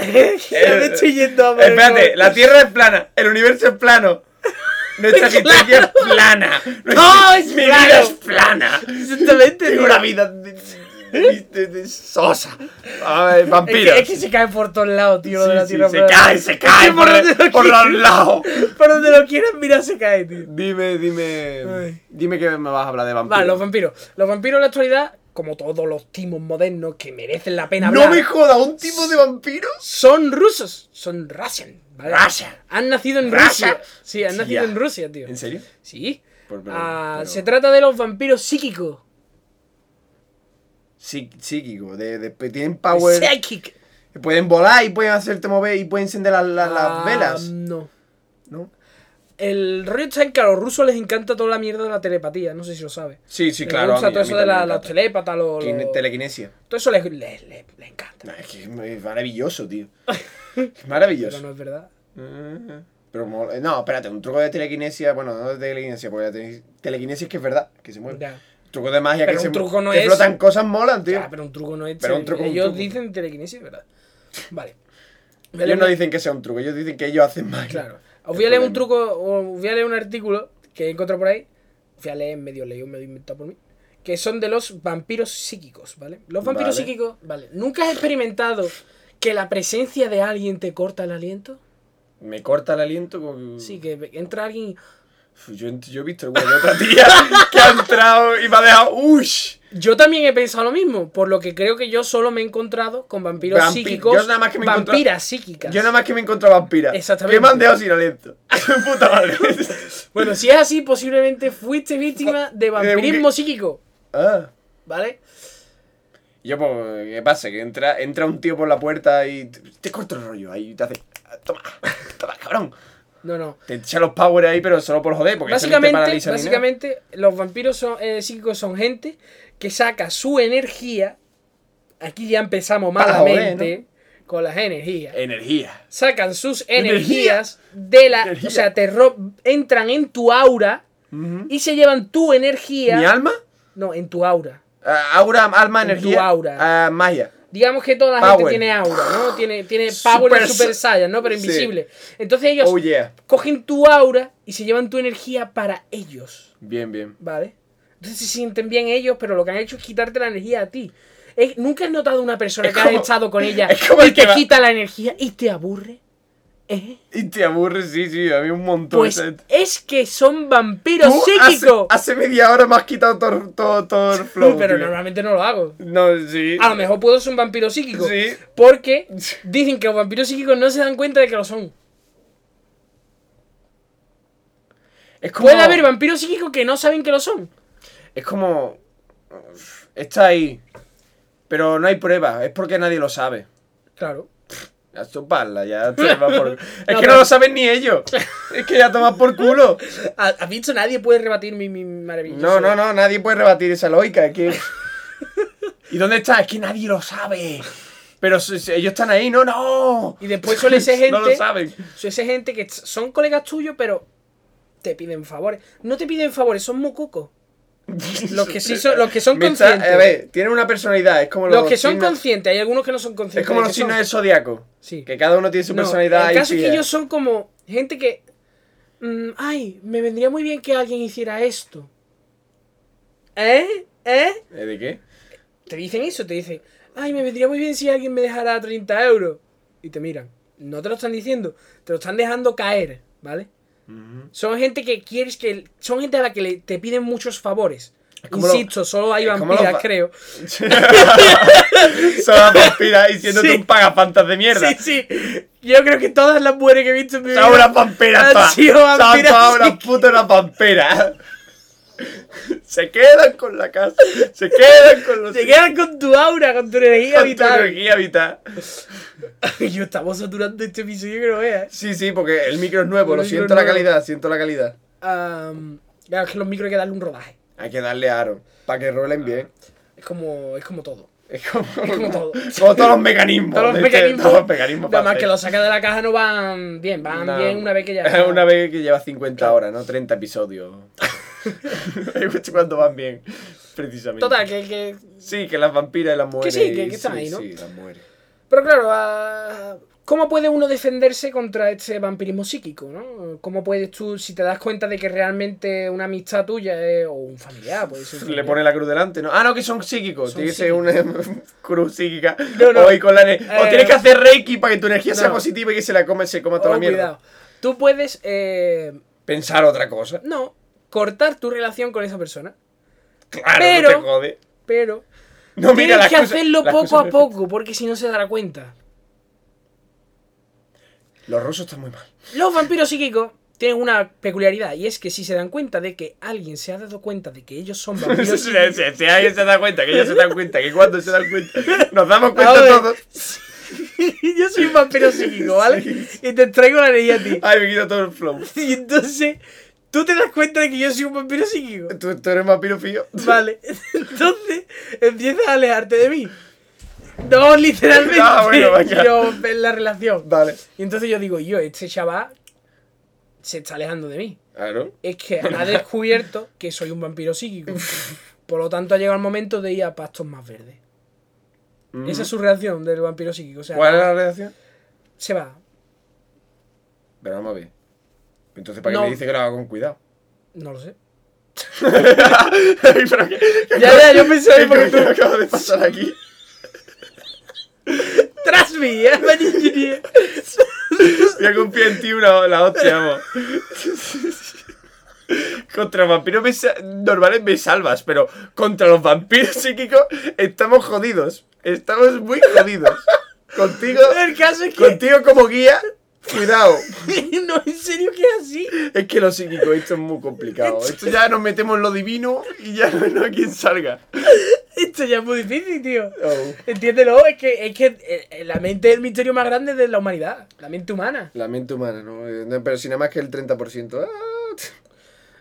Ya me estoy yendo a por el Eh, Espérate, gol. la Tierra es plana, el universo es (laughs) plano. Nuestra existencia es plana. No, es Mi plano. vida es plana. Exactamente, Tengo tío. ¿Eh? una vida de, de- de- de sosa. A ver, Es que, vampiros. es que se cae por todos lados, tío, lo de Sí, la sí, tierra se plana. cae, (laughs) se cae Es que por donde por, lo por los quieras- lados. Por donde lo quieras, mira, se cae, tío. Dime, dime. Ay. Dime que me vas a hablar de vampiros. Vale, los vampiros. Los vampiros en la actualidad, como todos los timos modernos que merecen la pena No hablar, me joda, ¿un tipo de vampiros? son rusos. Son Russian. ¿vale? Russian. Han nacido en Russian. Rusia. Sí, han Tía. nacido en Rusia, tío. ¿En serio? Sí. Por- pero- Ah, pero- Se trata de los vampiros psíquicos. Psí- psíquico, de, de- tienen power. Psychic. Pueden volar y pueden hacerte mover y pueden encender la- la- Ah, las velas. No. ¿No? El rollo está en que a los rusos les encanta toda la mierda de la telepatía. No sé si lo sabes. Sí, sí, Les claro. a gusta mí- todo a mí eso de la, también me los encanta. telépatas, los- Quine- los- Telequinesia. todo eso les, les- les- les encanta. No, es que es maravilloso, (laughs) tío. Es Pero maravilloso. no es verdad. Pero mola- no, espérate, un truco de telequinesia, bueno, no de telequinesia, porque la tele- telequinesia es que es verdad, que se mueve. Ya. Truco de magia Pero que se un truco no que es- flotan cosas molan, tío. Ya, pero un truco no es. Pero un tele- truco es un ellos truco. dicen telequinesis, ¿verdad? Vale. Voy a Ellos leer no un- dicen que sea un truco, ellos dicen que ellos hacen magia. (laughs) Claro. Os El voy a leer un problema. truco, os voy a leer un artículo que he encontrado por ahí. Os voy a leer medio leído, medio inventado por mí. Que son de los vampiros psíquicos, ¿vale? Los vampiros Vale. psíquicos, vale. ¿Nunca has experimentado que la presencia de alguien te corta el aliento? Me corta el aliento como... Sí, que entra alguien. y- Yo, yo he visto el huevo de otra tía que ha entrado y me ha dejado. ¡Ush! Yo también he pensado lo mismo, por lo que creo que yo solo me he encontrado con vampiros Vampi- psíquicos. yo nada más que me he encontrado- vampiras psíquicas. Yo nada más que me encontraba vampira. Exactamente. Que me han dejado sin (laughs) aliento. Puta madre. Bueno, si es así, posiblemente fuiste víctima (laughs) de vampirismo psíquico. Ah. ¿Vale? Yo, pues, ¿qué pasa? Que entra, entra un tío por la puerta y te, te corta el rollo ahí y te hace. Toma, toma, cabrón. No, no. Te echa los power ahí, pero solo por joder, porque eso no te Básicamente, paraliza ni nada. básicamente los vampiros son, eh, psíquicos son gente que saca su energía. Aquí ya empezamos Para joder, malamente con las energías. Energía. Sacan sus Energía. energías de la. Energía. O sea, te ro- entran en tu aura y se llevan tu energía. ¿Mi alma? No, en tu aura. Ah, aura, alma, En tu energía. aura. Ah, magia. Digamos que toda la gente Power. tiene aura, ¿no? Tiene, tiene power Super y super sa- saiyan, ¿no? Pero Sí. invisible. Entonces ellos Oh yeah. cogen tu aura y se llevan tu energía para ellos, Bien, bien. ¿vale? Entonces se sienten bien ellos, pero lo que han hecho es quitarte la energía a ti. Es- ¿Nunca has notado una persona Es que como- has estado con ella (laughs) es como el y te que va- quita la energía y te aburre? ¿Eh? Y te aburres, sí, sí, a mí un montón. Pues ¿sabes? es que son vampiros Tú psíquicos. Hace, hace media hora me has quitado todo, todo, todo el flow. pero tío. normalmente no Ah, lo hago. No, sí. A lo mejor puedo ser un vampiro psíquico. Sí. Porque dicen que los vampiros psíquicos no se dan cuenta de que lo son. Es como. Puede haber vampiros psíquicos que no saben que lo son. Es como. uf, Está ahí. Pero no hay pruebas. Es porque nadie lo sabe. Claro. A chuparla, ya (laughs) te va por- Es que No, pero- no lo saben ni (laughs) ellos. Es que ya tomas por culo. ¿Has visto? Nadie puede rebatir mi, mi maravilloso. No, no, no, nadie puede rebatir esa lógica. Es que. (laughs) ¿Y dónde está? Es que nadie lo sabe. Pero si- si ellos están ahí, no, no. Y después suele ser (laughs) gente. No lo saben. Suele ser gente que son colegas tuyos, pero te piden favores. No te piden favores, son mocucos. (laughs) Los que sí son- los que son Me está- conscientes. a ver, tienen una personalidad. Es como los, Los que son signos- conscientes, hay algunos que no son conscientes. Es como de los que signos son. del zodiaco. Sí. Que cada uno tiene su No, personalidad. El ahí caso es que fija. ellos son como gente que. mm, ay, me vendría muy bien que alguien hiciera esto. ¿Eh? ¿Eh? ¿Eh, ¿De (laughs) qué? (laughs) Te dicen eso, te dicen. Ay, me vendría muy bien si alguien me dejara 30 euros. Y te miran. No te lo están diciendo, te lo están dejando caer, ¿vale? Ujú. Son gente que quieres que. Son gente a la que le- te piden muchos favores. como lo- Insisto, solo hay es como vampiras, los va- creo. Son las vampiras y siéndote Sí. un pagafantas de (laughs) mierda. Sí, sí. Yo creo que todas las mujeres que he visto en mi vida. Son una vampira, Han todas. sido Son vampiras, todas sí. una puta una vampira. (laughs) Se quedan con la casa. Se quedan con los Se quedan con tu aura, con tu energía con tu vital. energía vital. (laughs) Yo estamos saturando este episodio que no veas. Sí, sí, porque el micro es nuevo. El Lo micro siento es la nuevo. calidad, siento la calidad. Am, claro, es que los micros hay que darle un rodaje. Hay que darle aro para que rolen bien. Es como, es como todo. Es como, Es (laughs) como todo. como todos los mecanismos. Todos los de este- mecanismos. todos los mecanismos para Nada más que hacer. los sacas de la caja no van bien, van No. bien una vez que ya. (laughs) una vez que lleva 50 horas, ¿no? 30 (laughs) episodios. (laughs) Hay mucho cuando van bien, precisamente. Total, que, que- Sí, que las vampiras y las mujeres. sí, que- y- que están ahí, ¿no? Sí, las mujeres. Pero claro, ah, ¿cómo puede uno defenderse contra este vampirismo psíquico, no? ¿Cómo puedes tú, si te das cuenta de que realmente una amistad tuya es- o un familiar, puede ser (laughs) un Le familiar. pone la cruz delante, ¿no? Ah, no, que son psíquicos. Son Tiene que ser una (laughs) cruz psíquica. No, no. O, ir con la ne- o Eh, tienes que hacer reiki para que tu energía sea no. positiva y que se la come, se coma toda Oh, la mierda. cuidado. Tú puedes eh, Pensar otra cosa. no cortar tu relación con esa persona, Claro, Pero- no te jode. pero (laughs) No, mira, tienes las que cosas- hacerlo las poco cosas a me- poco, porque si no se dará cuenta. Los rusos están muy mal. Los vampiros psíquicos tienen una peculiaridad y es que si se dan cuenta de que alguien se ha dado cuenta de que ellos son se, (laughs) vampiros se, psíquicos, se, se- alguien se da cuenta, que ellos se dan cuenta, que cuando se dan cuenta, nos damos cuenta Ahora, todos. (laughs) yo soy un vampiro psíquico, ¿vale? Y te traigo la energía a ti. (laughs) Ay, me quita todo el flow. Y entonces, tú te das cuenta de que yo soy un (laughs) vampiro psíquico. ¿Tú, tú eres vampiro fío? Vale, (laughs) entonces empiezas a alejarte de mí. No, literalmente. Ah, (laughs) bueno, vaya. Yo en la relación. Vale. Y entonces yo digo, yo, este chaval se está alejando de mí. Claro. Es que ha descubierto que soy un vampiro psíquico. Por lo tanto, ha llegado el momento de ir a pastos más verdes. Esa es su reacción del vampiro psíquico. O sea, Mm. ¿Cuál es la relación? se va. Pero vamos a ver. Entonces, ¿para No. qué me dice que lo haga con (laughs) cuidado? (laughs) No lo sé. Pero ¿qué- qué Ya, co- ya, yo pensaba qué porque coño tú- acaba de pasar aquí? Trust me, I'm (laughs) an engineer. Yo confío en ti una la hostia, vamos. Contra vampiros me sa- normales me salvas, pero contra los vampiros psíquicos estamos jodidos. Estamos muy jodidos. Contigo, El caso es que. contigo como guía, cuidado. (laughs) no, en serio que es así. Es que lo psíquico, esto es muy complicado. Esto ya nos metemos en lo divino y ya no, no hay quien salga. Esto ya es muy difícil, tío. Oh. Entiéndelo, es que, es que eh, eh, la mente es el misterio más grande de la humanidad. La mente humana. La mente humana, ¿no? Eh, no, Pero si nada más que el 30%. ah,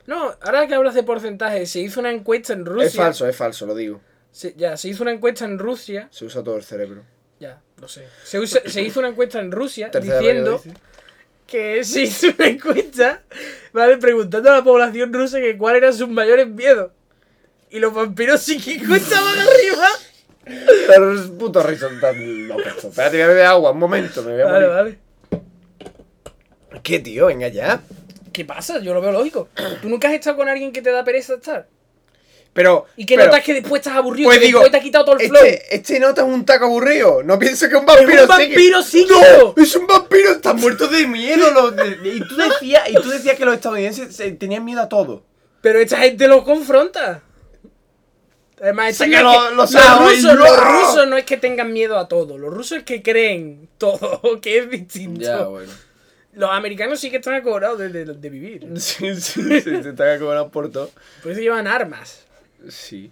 No, ahora que hablas de porcentaje, se hizo una encuesta en Rusia. es falso, es falso, lo digo. Se- ya, se hizo una encuesta en Rusia. Se usa todo el cerebro. Ya, lo sé. Se, usa- se hizo una encuesta en Rusia Tercera vez que lo diciendo que (laughs) se hizo una encuesta, ¿vale? Preguntando a la población rusa que cuál eran sus mayores miedos. Y los vampiros psíquicos estaban arriba. Pero es puto horizontal. No, pero espérate, voy a beber agua, un momento, me voy a Vale, morir. vale. ¿Qué, tío? Venga ya. ¿Qué pasa? Yo lo veo lógico. Tú nunca has estado con alguien que te da pereza estar. Pero. Y que pero, notas que después estás aburrido, pues que digo, después te ha quitado todo el flow. Este, este nota es un taco aburrido. No pienso que un vampiro ¡Es un vampiro psíquico! ¡No! ¡Es un vampiro! Están muertos de miedo. los de- de- y, tú decías, y tú decías que los estadounidenses eh, tenían miedo a todo. Pero esta gente lo confronta. Además, esta Saca gente- los- los los, árboles, rusos, ¡no! los rusos no es que tengan miedo a todo. Los rusos es que creen todo, (laughs) que es distinto. bueno. Los americanos sí que están acobrados de, de- de vivir. (laughs) Sí, sí, se te está acabando por todo. Por eso llevan armas. Sí.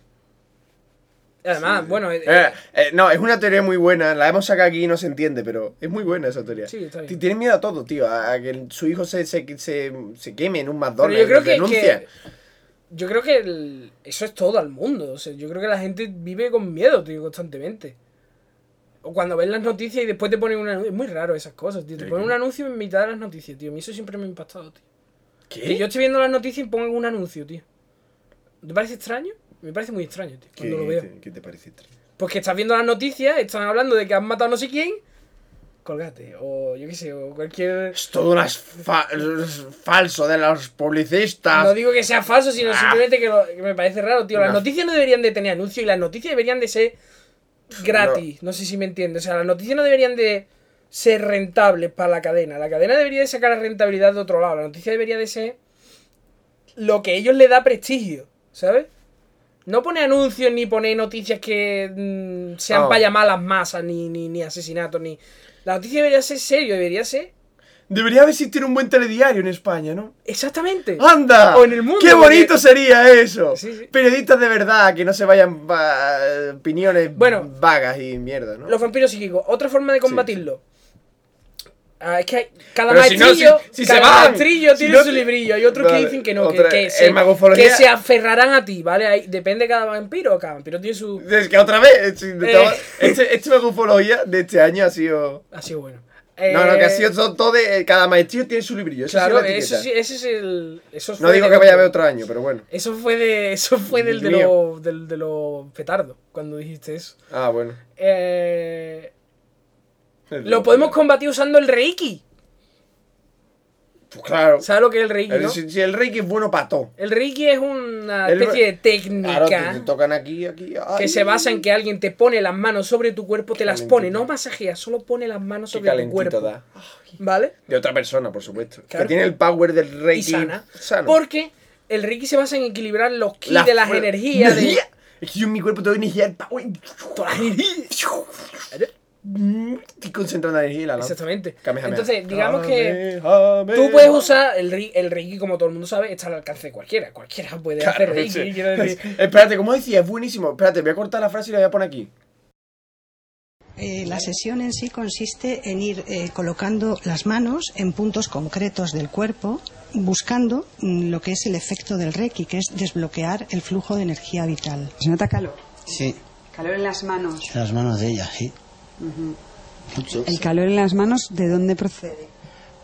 Además, bueno, eh, (laughs) Eh, eh, no, es una teoría muy buena. La hemos sacado aquí y no se entiende, pero es muy buena esa teoría. Sí, está bien. Ti- Tienen miedo a todo, tío. A, a que el- su hijo se, se, se, se queme en un pero McDonald's. yo creo que, denuncia. que- yo creo que el- eso es todo al mundo. O sea, yo creo que la gente vive con miedo, tío, constantemente. O cuando ves las noticias y después te ponen un anuncio. Es muy raro esas cosas, tío. Te Sí, ponen un claro. anuncio en mitad de las noticias, tío. A mí eso siempre me ha impactado, tío. ¿Qué? Que yo estoy viendo las noticias y pongan un anuncio, tío. ¿Te parece extraño? Me parece muy extraño, tío, cuando lo veo. te, qué te parece este? extraño? Porque estás viendo las noticias, están hablando de que han matado a no sé quién. Colgate, o yo qué sé, o cualquier. Es todo un as- fa- es falso de los publicistas. No digo que sea falso, sino simplemente que, lo- que me parece raro, tío. Las Ah. No. noticias no deberían de tener anuncios y las noticias deberían de ser gratis. No sé si me entiendes. O sea, las noticias no deberían de ser rentables para la cadena. La cadena debería de sacar la rentabilidad de otro lado. La noticia debería de ser lo que a ellos le da prestigio, ¿sabes? No pone anuncios ni pone noticias que mm, sean Ah. para llamar a las masas, ni, ni, ni asesinatos, ni... La noticia debería ser serio, debería ser... Debería existir un buen telediario en España, ¿no? Exactamente. Ah, ¡Anda! O en el mundo, ¡Qué porque- bonito sería eso! Sí, sí. Periodistas de verdad, que no se vayan va- opiniones Bueno. vagas y mierda, ¿no? Los vampiros psíquicos. Otra forma de combatirlo. Ah, es que hay- cada Pero si no, maestrillo, si- si cada se van. maestrillo Si tiene no su te- librillo. Hay otros Vale, que dicen que no, que- otra- que, en se, magofología- que se aferrarán a ti, ¿vale? Ahí- depende de cada vampiro. Cada vampiro tiene su... Es que otra vez, Eh. si estaba- este, este megafología de este año ha sido... Ha sido bueno. No, no, que ha Eh, sido todo, todo de... Cada maestrillo tiene su librillo, esa Claro, es la eso etiqueta. sí, ese es el... eso No fue digo de- que vaya a haber otro año, pero bueno. Eso fue de. Eso fue del de Dios mío. los del, de los petardos, cuando dijiste eso. Ah, bueno. Eh, lo podemos combatir usando el Reiki. Pues claro. ¿Sabes lo que es el Reiki, El- no? si, si el Reiki es bueno para todo. El Reiki es una El- especie de Ahora te, técnica te tocan aquí, aquí. ay, que se basa en que alguien te pone las manos sobre tu cuerpo, te las calentito. pone, no masajea, solo pone las manos qué sobre tu calentito cuerpo. da. ¿Vale? De otra persona, por supuesto. Claro. Que tiene el power del Reiki. Y sana. sano. Porque el Reiki se basa en equilibrar los ki La de las fu- (laughs) energías. de- Energía. Es que yo en mi cuerpo tengo energía el power. Todas las energías. Estoy concentrando la energía y la lanzo. Exactamente. Kamehameha. Entonces, digamos que. Kamehameha. Tú puedes usar el, ri- el Reiki, como todo el mundo sabe, está al alcance de cualquiera. Cualquiera puede hacer (laughs) Claro, Reiki. sí. quiero decir. (laughs) Espérate, como decía, es buenísimo. Espérate, voy a cortar la frase y la voy a poner aquí. Eh, la sesión en sí consiste en ir eh, colocando las manos en puntos concretos del cuerpo, buscando mm, lo que es el efecto del Reiki, que es desbloquear el flujo de energía vital. Se nota calor. Sí, Calor en las manos. en las manos de ella, sí. Mucho. ¿El calor en las manos de dónde procede?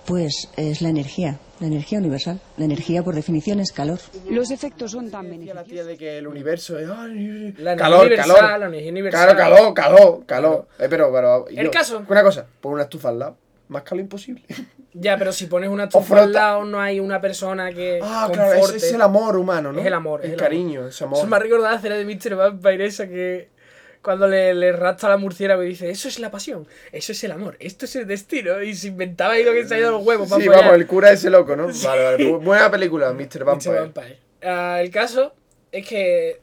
Pues es la energía, la energía universal. La energía, por definición, es calor. Los efectos son tan Decía la tía de que el universo es. ay, La energía calor, universal, calor. la energía universal. Claro, calor, calor, calor. Eh, pero, pero. y El caso. Una cosa, pon una estufa al lado. Más calor (laughs) imposible. Ya, pero si pones una estufa frota. al lado, no hay una persona que. Ah, claro, es, conforte. es el amor humano, ¿no? eh. Es el amor, es El el cariño, es amor. Eso me ha recordado la escena de Mr. Vampire esa que. Cuando le, le rapta la murciélago y dice, eso es la pasión, eso es el amor, esto es el destino. Y se inventaba ahí lo que se ha ido los huevos. para Sí, apoyar. vamos, el cura ese loco, (laughs) ¿no? Vale, vale. Bu- Buena película, Mr. Mr. Vampire. Vampire. Ah, el caso es que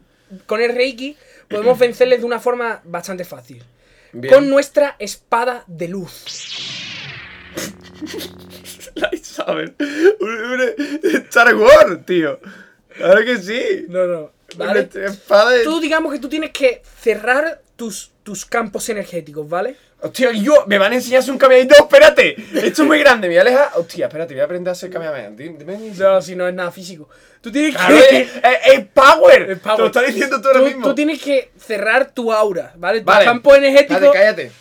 con el Reiki (clears throat) podemos vencerles de una forma bastante fácil. Bien. Con nuestra espada de luz. La Isabel. Un- un- Star Wars, tío. Claro que sí. No, no. Una ¿Vale? t- espada de- Tú digamos que tú tienes que cerrar tus, tus campos energéticos, ¿vale? Hostia, yo, me van a enseñarse un Kamehameha. ¡No, espérate! Esto es muy grande, me voy a alejar. Hostia, espérate, voy a aprender a hacer Kamehameha. Dime, dime. No, si no es nada físico. Tú tienes Claro, (laughs) que... es, es- es power. Es power. Te lo estás diciendo tú ahora Tú- mismo. tú tienes que cerrar tu aura, ¿vale? Tu Vale. campo energético Cállate, cállate.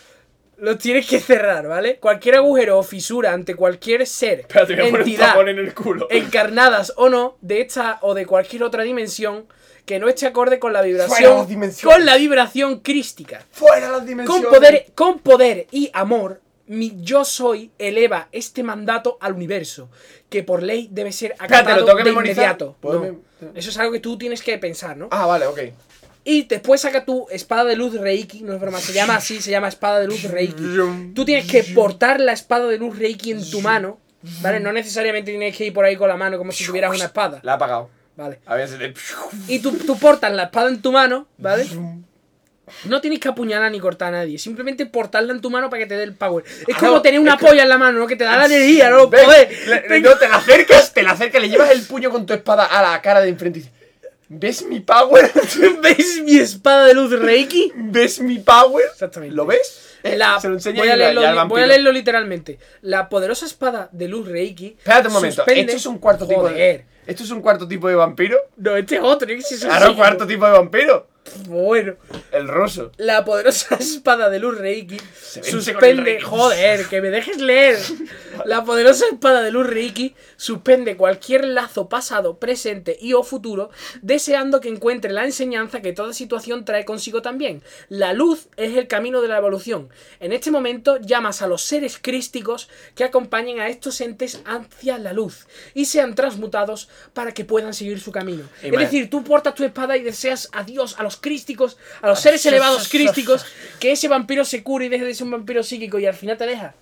los tienes que cerrar, ¿vale? Cualquier agujero o fisura ante cualquier ser, Espérate, voy a poner un entidad, tapón en el culo. encarnadas o no, de esta o de cualquier otra dimensión, que no esté acorde con la Fuera vibración, las dimensiones. con la vibración crística. Fuera las dimensiones. Con poder, con poder y amor, mi yo soy eleva este mandato al universo, que por ley debe ser Espérate, ¿lo acatado tengo que de memorizar? inmediato. ¿Puedo No. mem- Eso es algo que tú tienes que pensar, ¿no? Ah, vale, ok. Y después saca tu espada de luz Reiki, no es broma, se llama así, se llama espada de luz Reiki. Tú tienes que portar la espada de luz Reiki en tu mano, ¿vale? No necesariamente tienes que ir por ahí con la mano como si tuvieras una espada, La ha apagado. ¿vale? A ver si te... Y tú, tú portas la espada en tu mano, ¿vale? No tienes que apuñalar ni cortar a nadie, simplemente portarla en tu mano para que te dé el power. Es Ah, como no, tener una polla en la mano, ¿no? Que te da la energía, (laughs) ¿no? Ven, Poder. le- Ven. no, te la acercas, te la acercas, le llevas el puño con tu espada a la cara de enfrente y dices, ¿ves mi power? (laughs) ¿Veis mi espada de luz Reiki? ¿Ves mi power? Exactamente. ¿Lo ves? La- Eh, Se lo enseña voy, a y la- leerlo, ya al li- vampiro. voy a leerlo literalmente. La poderosa espada de luz Reiki. Espérate un momento, suspende- ¿esto es un cuarto tipo Joder. de... ¿Esto es un cuarto tipo de vampiro? No, este es otro. Este es un Claro, psíquico. cuarto tipo de vampiro. Bueno. El roso. La poderosa (laughs) espada de luz Reiki vence con el suspende. Reiki. Joder, que me dejes leer. La poderosa espada de luz Reiki suspende cualquier lazo pasado, presente y o futuro, deseando que encuentre la enseñanza que toda situación trae consigo también. La luz es el camino de la evolución. En este momento llamas a los seres crísticos que acompañen a estos entes hacia la luz y sean transmutados para que puedan seguir su camino. es Imagínate. decir, tú portas tu espada y deseas a Dios, a los crísticos, a los seres elevados crísticos, que ese vampiro se cure y deje de ser un vampiro psíquico y al final te deja.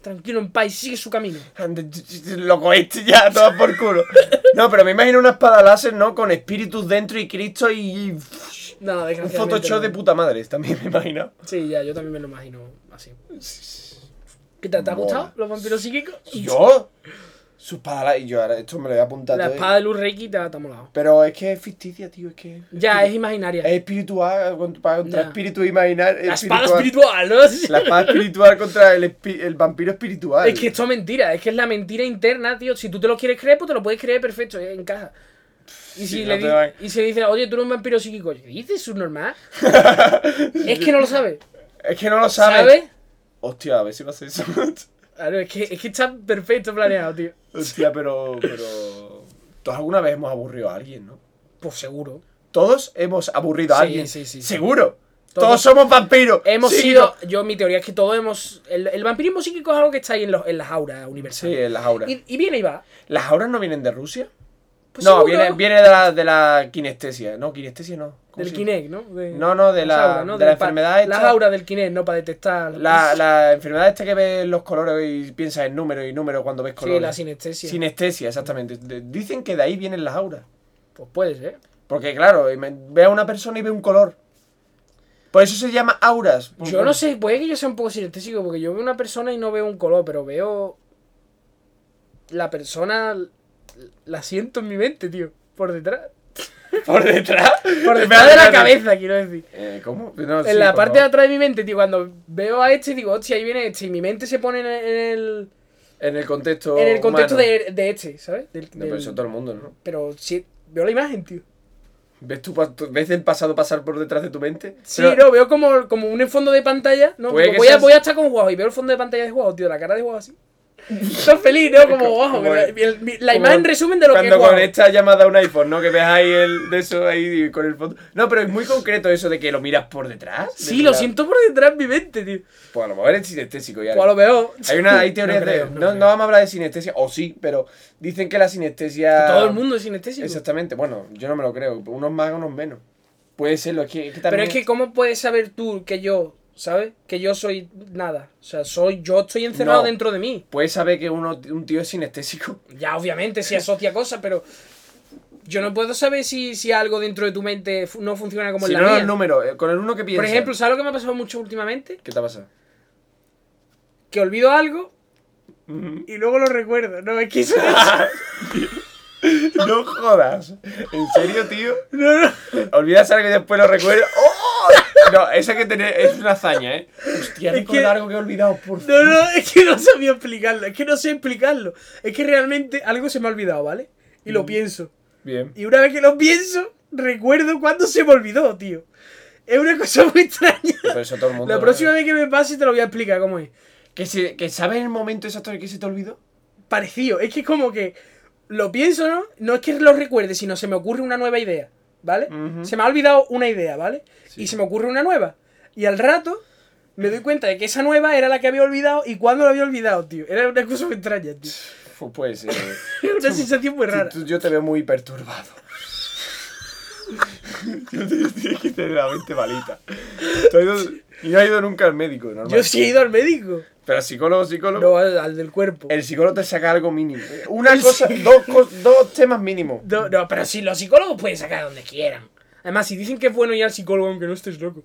Tranquilo, en paz, y sigue su camino. Ande, ch- ch- ch- Loco, este ya, todo por culo. No, pero me imagino una espada láser, ¿no? Con espíritus dentro y Cristo y... Un No, desgraciadamente. Photoshop no. de puta madre, también me imagino. Sí, ya, yo también me lo imagino así. ¿Qué tal? ¿Te ha Mola. gustado los vampiros psíquicos? ¿Yo? Su espada la- y yo ahora esto me lo voy a apuntar La todo, eh. espada de luz Reiki te ha te ha molado. Pero es que es ficticia, tío, es que... Ya, es imaginaria. Es espiritual contra, contra Ya. espíritu imaginar... La espada espiritual, ¿no? La espada espiritual contra el, espi- el vampiro espiritual. (laughs) Es que esto es mentira, es que es la mentira interna, tío. Si tú te lo quieres creer, pues te lo puedes creer perfecto, eh, encaja. Y si, Sí, le no di- te van. y si le dices, oye, tú eres un vampiro psíquico, ¿qué dices, (laughs) subnormal? es que no lo sabes. (laughs) Es que no lo sabe. ¿Sabes? Hostia, a ver si va a ser eso. (laughs) Claro, es que, es que está perfecto planeado, tío. Hostia, pero... pero... Todos alguna vez hemos aburrido a alguien, ¿no? Pues seguro. Todos hemos aburrido a Sí, alguien. sí, sí, sí. Seguro. Todos- Todos, somos vampiros. Hemos Sí, sido. no- Yo, mi teoría es que todos hemos. El, el vampirismo psíquico es algo que está ahí en, los, en las auras Sí, universales. en las auras. y, y viene y va. ¿Las auras no vienen de Rusia? Pues no, seguro. viene, viene de, la, de la kinestesia. No, kinestesia no. ¿Cómo Del se dice? Kinect, ¿no? De- No, no, de las la- de la pa- enfermedad esta. Las auras del Kinect, ¿no? Para detectar. La, la enfermedad esta que ves los colores y piensas en números y números cuando ves colores. Sí, la sinestesia. Sinestesia, exactamente. De- Dicen que de ahí vienen las auras. Pues puede ser. Porque, claro, ima- ve a una persona y ve un color. Por eso se llama auras. Yo no sé, puede que yo sea un poco sinestésico, porque yo veo una persona y no veo un color, pero veo. La persona. La siento en mi mente, tío. Por detrás. (laughs) ¿Por detrás? (laughs) Por detrás de la cabeza, quiero decir. Eh, ¿Cómo? No, sí, En la por parte de favor. atrás de mi mente, tío, cuando veo a este, digo, hostia, ahí viene este. Y mi mente se pone en el. En el, En el contexto. en el contexto humano. de, de este, ¿sabes? Del- No, pero del- eso todo el mundo, ¿no? pero sí, veo la imagen, tío. ¿Ves, tu, pa- tu- ¿Ves el pasado pasar por detrás de tu mente? Sí, Pero- no, veo como, como un fondo de pantalla. No, Puede Digo, que voy, a, seas- voy a estar con Guajo y veo el fondo de pantalla de Guajo, tío, la cara de (laughs) Guajo así. Estás feliz, ¿no? Como Guajo. como que el- la- el- mi- la Como imagen resumen de lo que es cuando este Guajo. conectas llamada a un iPhone, ¿no? Que ves ahí el de eso ahí con el fondo. No, pero es muy concreto eso de que lo miras por detrás. de Sí, lo verdad. siento por detrás de mi mente, tío. Pues a lo mejor eres sinestésico ya. O a lo veo. Hay una, hay teorías (laughs) No creo, de. no No, creo. no vamos a hablar de sinestesia, o sí, pero dicen que la sinestesia. Todo el mundo pues. es sinestésico. Exactamente, bueno, yo no me lo creo. Unos más, unos menos. Puede serlo, es que, es que Pero también... es que, ¿cómo puedes saber tú que yo, ¿sabes? Que yo soy nada. O sea, soy yo estoy encerrado No. dentro de mí. Puedes saber que uno, un tío es sinestésico. Ya, obviamente, si asocia cosas, pero yo no puedo saber si, si algo dentro de tu mente fu- no funciona (laughs) como si en no, la el mía. número, eh, con el uno que piensa. Por ejemplo, ¿sabes lo que me ha pasado mucho últimamente? ¿Qué te ha pasado? (laughs) Que olvido algo Mm. y luego lo recuerdo. No, (laughs) es que eso No jodas. ¿En serio, tío? no, no. Olvidas algo y después lo recuerdo. ¡Oh! No, esa que tenés es una hazaña, ¿eh? Hostia, Es recordar que- algo que he olvidado, por No, no, es que no sabía explicarlo. Es que no sé explicarlo. Es que realmente algo se me ha olvidado, ¿vale? Y Mm. lo pienso. Bien. Y una vez que lo pienso, recuerdo cuándo se me olvidó, tío. Es una cosa muy extraña. Pero eso todo el mundo. La próxima vez que me pase te lo voy a explicar cómo es. Que, se, que sabes el momento exacto en el que se te olvidó. Parecido. Es que es como que lo pienso, ¿no? No es que lo recuerde, sino se me ocurre una nueva idea, ¿vale? Ujú. Se me ha olvidado una idea, ¿vale? Sí. Y se me ocurre una nueva. Y al rato me doy cuenta de que esa nueva era la que había olvidado y cuándo la había olvidado, tío. Era una cosa muy extraña, (laughs) tío. Pues puede ser. eh. Era una sensación muy rara. Tú- tú- yo te veo muy (laughs) perturbado. yo te tienes que tener la mente malita. Tú has ido- y no has ido nunca al médico, normal. Yo sí he ido al médico. Pero psicólogo, psicólogo. No, al, al del cuerpo. El psicólogo te saca algo mínimo. (laughs) Una cosa, dos, cos- dos temas mínimos. No, no, pero si los psicólogos pueden sacar donde quieran. Además, si dicen que es bueno ir al psicólogo aunque no estés loco.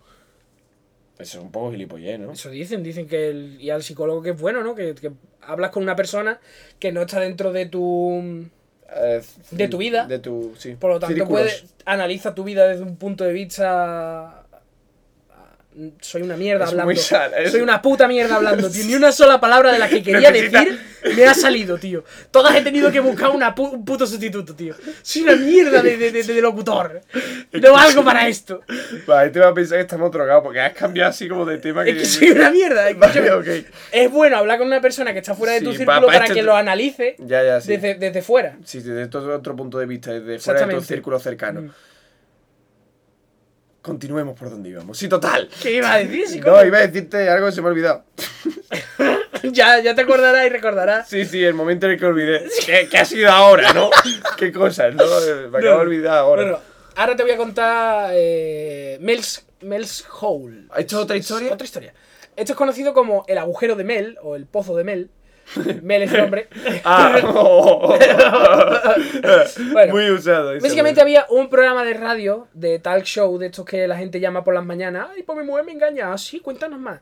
Eso es un poco gilipollez, ¿no? Eso dicen, dicen que el, ir al psicólogo que es bueno, ¿no? Que, que hablas con una persona que no está dentro de tu... Eh, De tu vida. De tu, sí. Por lo tanto, Círculos. puedes, analiza tu vida desde un punto de vista... Soy una mierda Es hablando. muy sana, es- Soy una puta mierda hablando, (laughs) tío. Ni una sola palabra de la que quería Necesita- decir me ha salido, tío. Todas he tenido que buscar una pu- un puto sustituto, tío. Soy una mierda de, de- de- (laughs) de locutor. No algo para esto. Vale, Pues te va a pensar que estamos drogados porque has cambiado así como de tema. (laughs) Es que soy una mierda. es que Vale, yo- ok. Es bueno hablar con una persona que está fuera de Sí, tu pa- círculo pa para este que te- lo analice Ya, ya, sí. desde, desde fuera. Sí, desde todo otro punto de vista, desde fuera de tu Exactamente. círculo cercano. Mm. Continuemos por donde íbamos. Sí, total. ¿Qué iba a decir, No, psicólogo? iba a decirte algo que se me ha olvidado. (laughs) ya, ya te acordarás y recordarás. Sí, sí, el momento en el que (laughs) olvidé. ¿Qué, qué ha sido ahora, no? (laughs) ¿Qué cosas, no? Eh, Me acabo de No. olvidar ahora. Bueno, ahora te voy a contar eh, Mel's, Mel's Hole. ¿Esto es otra historia? Otra historia. Esto es conocido como el agujero de Mel o el pozo de Mel. Mel es el hombre. (laughs) Ah, oh, oh, oh. (laughs) Bueno, muy usado. ese momento. Básicamente había un programa de radio, de talk show, de estos que la gente llama por las mañanas. Ay, pues mi mujer me engaña. Ah, sí, cuéntanos más.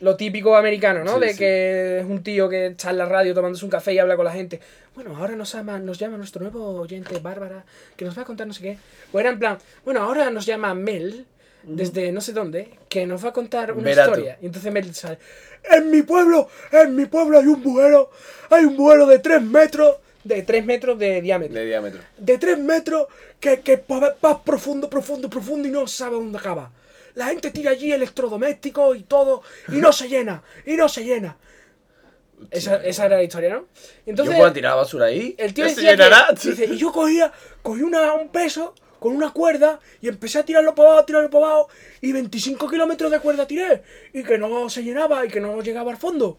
Lo típico americano, ¿no? Sí, de sí. que es un tío que está en la radio tomándose un café y habla con la gente. Bueno, ahora nos llama, nos llama nuestro nuevo oyente, Bárbara, que nos va a contar no sé qué. O era en plan, bueno, ahora nos llama Mel, desde no sé dónde, que nos va a contar una Verá tú. historia. Y entonces Mel sale, en mi pueblo, en mi pueblo hay un vuelo, hay un vuelo de tres metros, de tres metros de diámetro De diámetro. de 3 metros que, que pa- vas profundo, profundo, profundo y no sabe dónde acaba. La gente tira allí electrodomésticos y todo y no se llena, y no se llena. Esa, esa era la historia, ¿no? Y Entonces, ¿Yo puedo tirar basura ahí? el tío ¿Ya se decía llenará? que, dice, y yo cogía, cogí una, un peso con una cuerda y empecé a tirarlo para abajo, tirarlo para abajo y 25 kilómetros de cuerda tiré y que no se llenaba y que no llegaba al fondo.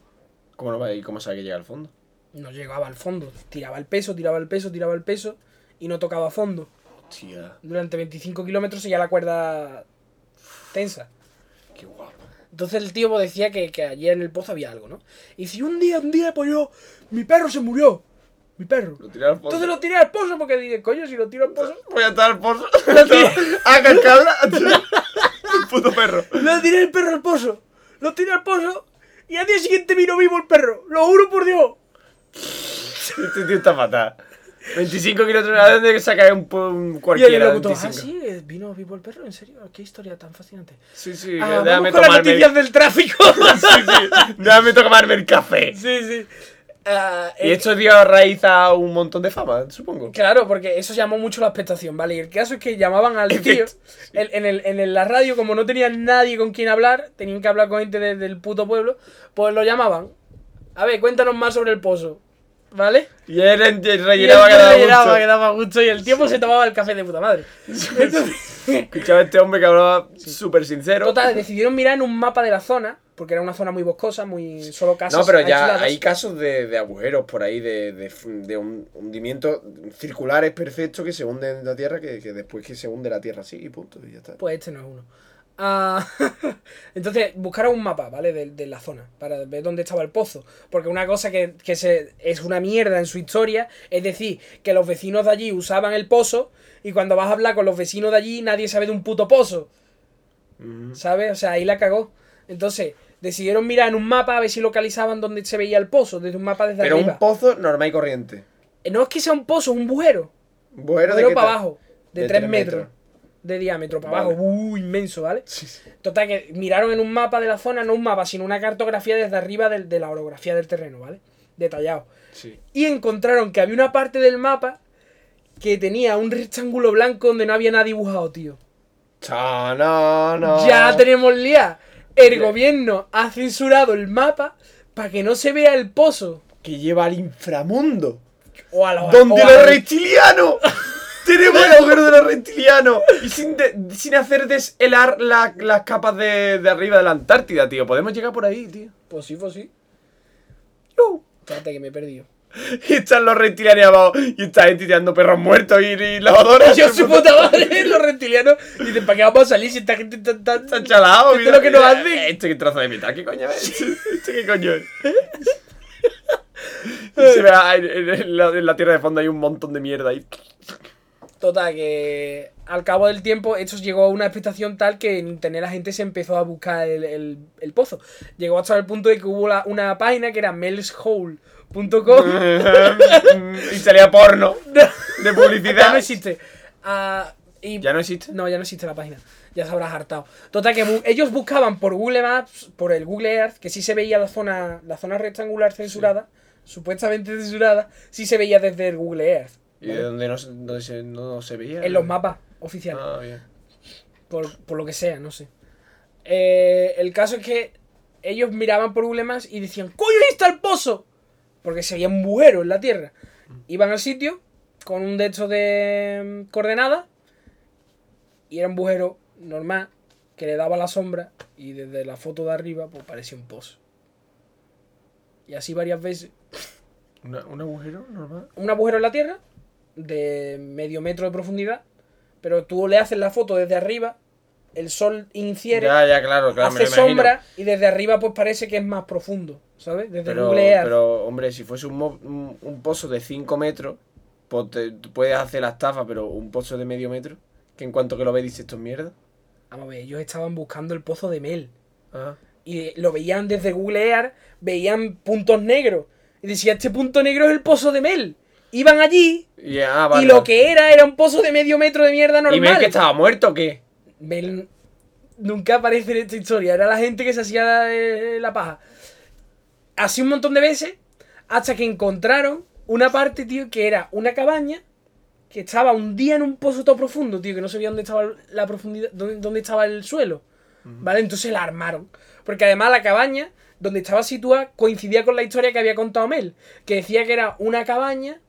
¿Cómo no va ¿Y cómo sabe que llega al fondo? No llegaba al fondo, tiraba el peso, tiraba el peso, tiraba el peso y no tocaba fondo. Hostia, durante 25 kilómetros y ya la cuerda tensa. qué guapo. Entonces el tío pues, decía que, que allí en el pozo había algo, ¿no? Y si un día, un día, pues yo, mi perro se murió. Mi perro. Lo tiré al fondo. Entonces lo tiré al pozo porque dije, coño, si lo tiro al pozo. Voy a estar por. (laughs) tiré. ¡Ah, que el (laughs) cabra! El puto perro. Lo tiré el perro al pozo. Lo tiré al pozo y al día siguiente vino vivo el perro. Lo juro por Dios. Este tío está fatal. 25 kilómetros ¿a dónde saca un, po- un Y el cualquiera? locutor, ah, 25? sí, eh, vino vivo el perro, en serio, qué historia tan fascinante. sí, sí, Ah, déjame vamos con las tomarme. noticias del tráfico. (laughs) (laughs) Sí, sí, déjame tomarme el café. sí, sí. Ah, Y el- esto dio raíz a un montón de fama, supongo. Claro, porque eso llamó mucho la expectación, ¿vale? Y el caso es que (laughs) llamaban al tío. el- en, el, en el- la radio, como no tenían nadie con quien hablar, tenían que hablar con gente de- del puto pueblo, pues lo llamaban. A ver, cuéntanos más sobre el pozo, ¿vale? Y él en- Y rellenaba el tío cada rellenaba, uno. pues, que daba gusto y el tiempo se tomaba el café de puta madre. Entonces, (laughs) Escuchaba a este hombre que hablaba súper sincero. Total, decidieron mirar en un mapa de la zona, porque era una zona muy boscosa, muy solo casas. No, pero ya aisladas. hay casos de, de agujeros por ahí, de, de, de hun- hundimientos circulares perfectos que se hunden en la Tierra, que, que después que se hunde la Tierra así y punto, y ya está. Pues este no es uno. Ah, (laughs) Entonces, buscaron un mapa, ¿vale? De, de la zona, para ver dónde estaba el pozo. Porque una cosa que, que se, es una mierda en su historia, es decir, que los vecinos de allí usaban el pozo y cuando vas a hablar con los vecinos de allí nadie sabe de un puto pozo. Mm. ¿Sabes? O sea, ahí la cagó. Entonces, decidieron mirar en un mapa a ver si localizaban dónde se veía el pozo, desde un mapa desde Pero arriba. un pozo normal y corriente. Eh, No es que sea un pozo, es un bujero. Un agujero de Pero qué para tal? abajo, de, De 3, tres metros. metros. De diámetro, para Vale. abajo, uh, inmenso, ¿vale? Sí, sí. Total, que miraron en un mapa de la zona, no un mapa, sino una cartografía desde arriba del- de la orografía del terreno, ¿vale? Detallado. Sí. Y encontraron que había una parte del mapa que tenía un rectángulo blanco donde no había nada dibujado, tío. Cha, no, no. Ya tenemos lía. El Ya. gobierno ha censurado el mapa para que no se vea el pozo. Que lleva al inframundo. O a la- ¡Donde o a la- los (laughs) reptilianos! ¡Tenemos el agujero de los reptilianos! Y sin, de- sin hacer deshelar la- las capas de, de arriba de la Antártida, tío. Podemos llegar por ahí, tío. Pues sí, pues sí. Uh, espérate que me he perdido. Y están los reptilianos abajo. Y esta gente tirando perros muertos y, y lavadoras. Yo su puta madre, los reptilianos dicen, ¿para qué vamos a salir si esta gente está tan... Está chalado, Esto mira. es lo que nos mira. hacen. Este que trozo de mitad, ¿qué coño es? (laughs) Este qué coño es. Y se ve ah, en, en- en la, en la tierra de fondo hay un montón de mierda (laughs) ahí. Total, que al cabo del tiempo esto llegó a una expectación tal que en internet la gente se empezó a buscar el, el- el pozo. Llegó hasta el punto de que hubo la- una página que (laughs) era melshole.com. y salía porno de ya publicidad. no existe. Ah, y ¿Ya no existe? No, ya no existe la página. Ya se habrás hartado. Total, que bu- ellos buscaban por Google Maps, por el Google Earth, que sí se veía la zona, la zona rectangular censurada, supuestamente censurada, sí se veía desde el Google Earth. ¿Y de dónde no, se- dónde se, no se veía? En los mapas oficiales. Ah, bien. por, por lo que sea, no sé. Eh, el caso es que ellos miraban por Google Maps y decían, ¡Coño, ahí está el pozo! Porque se veía un bujero en la tierra. Iban al sitio con un de estos de mm, coordenadas y era un bujero normal que le daba la sombra y desde la foto de arriba pues parecía un pozo. Y así varias veces. ¿Una- ¿Un agujero normal? Un agujero en la tierra de medio metro de profundidad, pero tú le haces la foto desde arriba, el sol infiere Ya, ya, claro, claro. me hace lo imagino. sombra y desde arriba pues parece que es más profundo, ¿sabes? Desde Pero, Google Earth. pero, hombre, si fuese un, mo- un, un pozo de 5 metros, pues te- tú puedes hacer la estafa, pero un pozo de medio metro, que en cuanto que lo ves dices, esto es mierda. Vamos a ver, ellos estaban buscando el pozo de Mel Ah. Ajá. y lo veían desde Google Earth, veían puntos negros y decían, este punto negro es el pozo de Mel. Iban allí Y, ah, vale. y lo que era era un pozo de medio metro de mierda ¿Y ves normal. que estaba muerto o qué? Mel nunca aparece en esta historia. Era la gente que se hacía la, eh, la paja. Así un montón de veces. Hasta que encontraron una parte, tío, que era una cabaña. Que estaba un día en un pozo todo profundo, tío. Que no sabía dónde estaba la profundidad. Dónde, dónde estaba el suelo. ¿Vale? Entonces la armaron. Porque además la cabaña donde estaba situada coincidía con la historia que había contado Mel. Que decía que era una cabaña.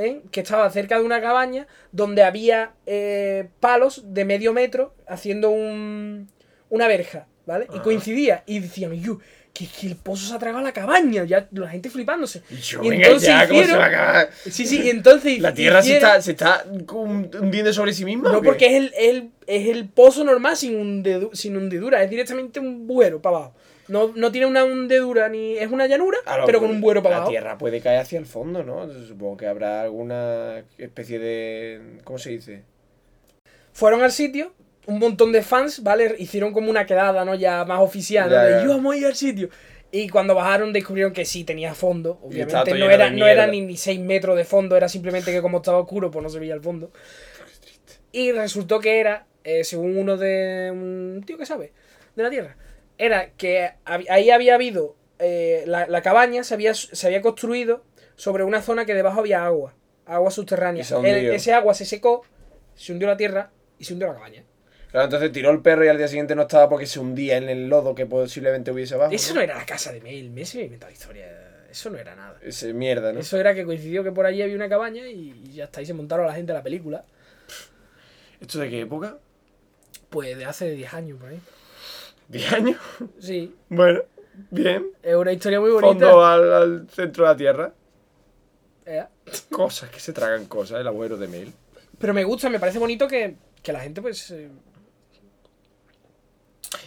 ¿eh? que estaba cerca de una cabaña donde había eh, palos de medio metro haciendo un, una verja, ¿vale? Y coincidía. Y decían, yu, que, que el pozo se ha tragado la cabaña. Ya la gente flipándose. Y yo, venga ya, ¿cómo se va a acabar? Sí, sí, y entonces... La tierra se hicieron- está, se está cum- hundiendo sobre sí misma. No, ¿o qué? porque es el, el- es el pozo normal sin, hundedu- sin hundidura. Es directamente un buero para abajo. No, no tiene una hundedura ni... Es una llanura, A lo pero mejor con un buero para Ah, La abajo. tierra puede caer hacia el fondo, ¿no? Supongo que habrá alguna especie de. ¿Cómo se dice? Fueron al sitio, un montón de fans, ¿vale? Hicieron como una quedada, ¿no? Ya más oficial, ¿no? Ya, De, ya. yo vamos a ir al sitio. Y cuando bajaron descubrieron que sí tenía fondo. Y estaba Obviamente todo no lleno era, de no era mierda. ni, ni 6 metros de fondo, era simplemente que como estaba oscuro, pues no se veía el fondo. Y resultó que era, eh, según uno de un tío que sabe, de la Tierra, era que hab- ahí había habido, eh, la, la cabaña se había, se había construido sobre una zona que debajo había agua, agua subterránea. Y se hundió. El- ese agua se secó, se hundió la Tierra y se hundió la cabaña. Claro, entonces tiró el perro y al día siguiente no estaba porque se hundía en el lodo que posiblemente hubiese abajo. Eso ¿no? no era la casa de Mel, Mel se había inventado historia, eso no era nada. Ese mierda, ¿no? Eso era que coincidió que por allí había una cabaña y, y ya está, y se montaron a la gente a la película. ¿Esto de qué época? Pues de hace 10 años, por ahí. ¿10 años? Sí, (laughs) Bueno, bien. es una historia muy bonita. Fondo al, al centro de la Tierra. Eh, Cosas que se tragan cosas, el agujero de mail. Pero me gusta, me parece bonito que, que la gente, pues. eh,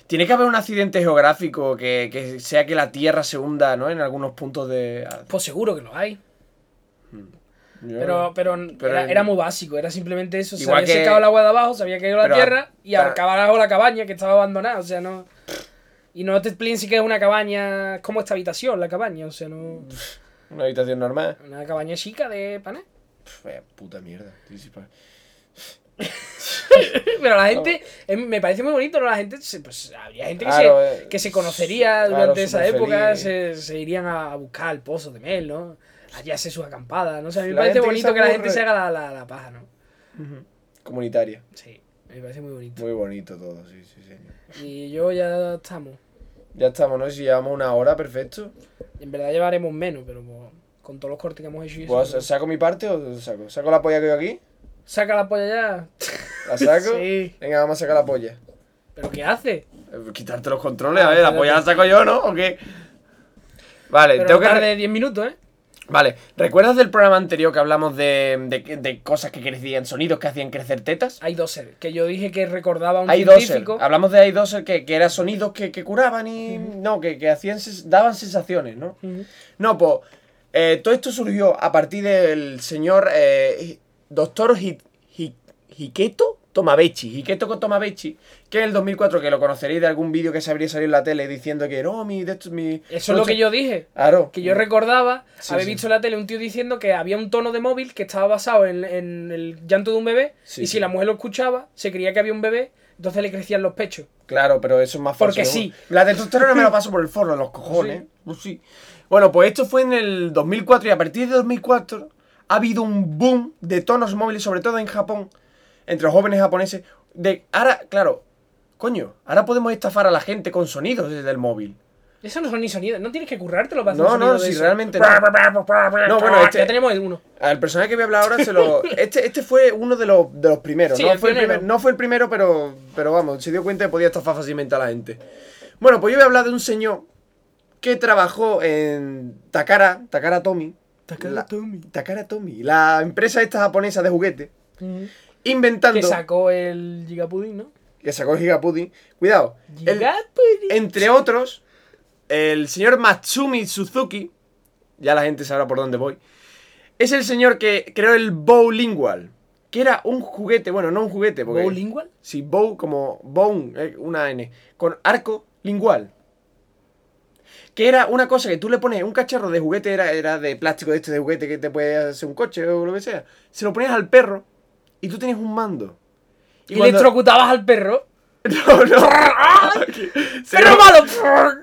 Tiene que haber un accidente geográfico que, que sea que la Tierra se hunda, ¿no? En algunos puntos de... ah, pues seguro que lo hay. Pero, pero, Pero era, en- era muy básico, era simplemente eso. Se Igual había que- secado el agua de abajo, se había caído la Pero a- tierra y ta- acababa la cabaña que estaba abandonada. O sea, no. Y no te expliquen si que es una cabaña. Es como esta habitación, la cabaña. O sea, no. Mm. Una habitación normal. Una cabaña chica de pané. Pf, vaya puta mierda. Sí, sí, pa- (laughs) Pero la gente. eh, me parece muy bonito, ¿no? La gente. se- Pues habría gente que, Claro, se, eh, que se conocería claro, durante esa superfeliz. época, se, se irían a a buscar el pozo de mel, ¿no? Allá hace sus acampadas, no sé. a mí me La parece gente que se bonito que, la gente aburre. se haga la, la- la paja, ¿no? Comunitaria. Sí, me parece muy bonito. Muy bonito todo, sí, sí, señor. Y yo ya estamos. Ya estamos, ¿no? Si llevamos una hora, perfecto. En verdad llevaremos menos, pero pues, con todos los cortes que hemos hecho y eso, Pues, ¿Saco mi parte o saco? ¿Saco la polla que veo aquí? Saca la polla ya. ¿La (laughs) saco? Sí. Venga, vamos a sacar la polla. ¿Pero qué hace? Eh, Quitarte los controles, a Ah, ver, la polla la saco yo, ¿no? ¿O qué? Vale, Pero tengo no que... tarde 10 minutos, ¿eh? Vale, ¿recuerdas del programa anterior que hablamos de, de- de cosas que crecían, sonidos que hacían crecer tetas? Hay dos seres. Que yo dije que recordaba a un Hay doser, científico. hablamos de hay doser que, que eran sonidos que, que curaban y... No, que, que hacían sens- daban sensaciones, ¿no? Ujú. No, pues eh, todo esto surgió a partir del señor eh, doctor Hiqueto Tomabechi, Hiqueto Tomabechi, que en el 2004, que lo conoceréis de algún vídeo que se habría salido en la tele diciendo que no, mi... de esto- mi Eso es lo que yo dije. Claro. Que yo recordaba Sí, haber sí. visto en la tele un tío diciendo que había un tono de móvil que estaba basado en, en el llanto de un bebé. Sí, y sí. si la mujer lo escuchaba, se creía que había un bebé, entonces le crecían los pechos. Claro, pero eso es más falso. Porque que sí. bueno. La testosterona me la paso por el forro, los cojones. Pues sí. Bueno, pues esto fue en el 2004 y a partir de 2004 ha habido un boom de tonos móviles, sobre todo en Japón, entre los jóvenes japoneses. De ahora, claro, coño, ahora podemos estafar a la gente con sonidos desde el móvil. Eso no son ni sonidos. No tienes que currártelo para hacer No, un sonido no, de si eso. realmente no. No, bueno, este- Ya tenemos uno. Al personaje que voy a hablar ahora se (laughs) lo. Este, este fue uno de los, de los primeros. Sí, no, el fue el pionero. primer- no fue el primero, pero, pero vamos, se dio cuenta que podía estafar fácilmente a la gente. Bueno, pues yo voy a hablar de un señor que trabajó en Takara, Takara Tomy. Takara la- Tomy. Takara Tomy, la empresa esta japonesa de juguete. Inventando. Que sacó el Gigapudín, ¿no? que sacó Gigapudding. Cuidado. el- Gigapudín. entre otros, el señor Matsumi Suzuki, ya la gente sabrá por dónde voy, es el señor que creó el Bowlingual, que era un juguete, bueno, no un juguete, porque... ¿Bowlingual? Sí, bow como bone, eh, una N, con arco lingual. Que era una cosa que tú le pones un cacharro de juguete, era, era de plástico de este de juguete que te puede hacer un coche o lo que sea. Se lo ponías al perro y tú tenías un mando. Y, cuando- electrocutabas al perro. (laughs) No, (laughs) no. ¡Ah! ¡Perro (laughs) malo!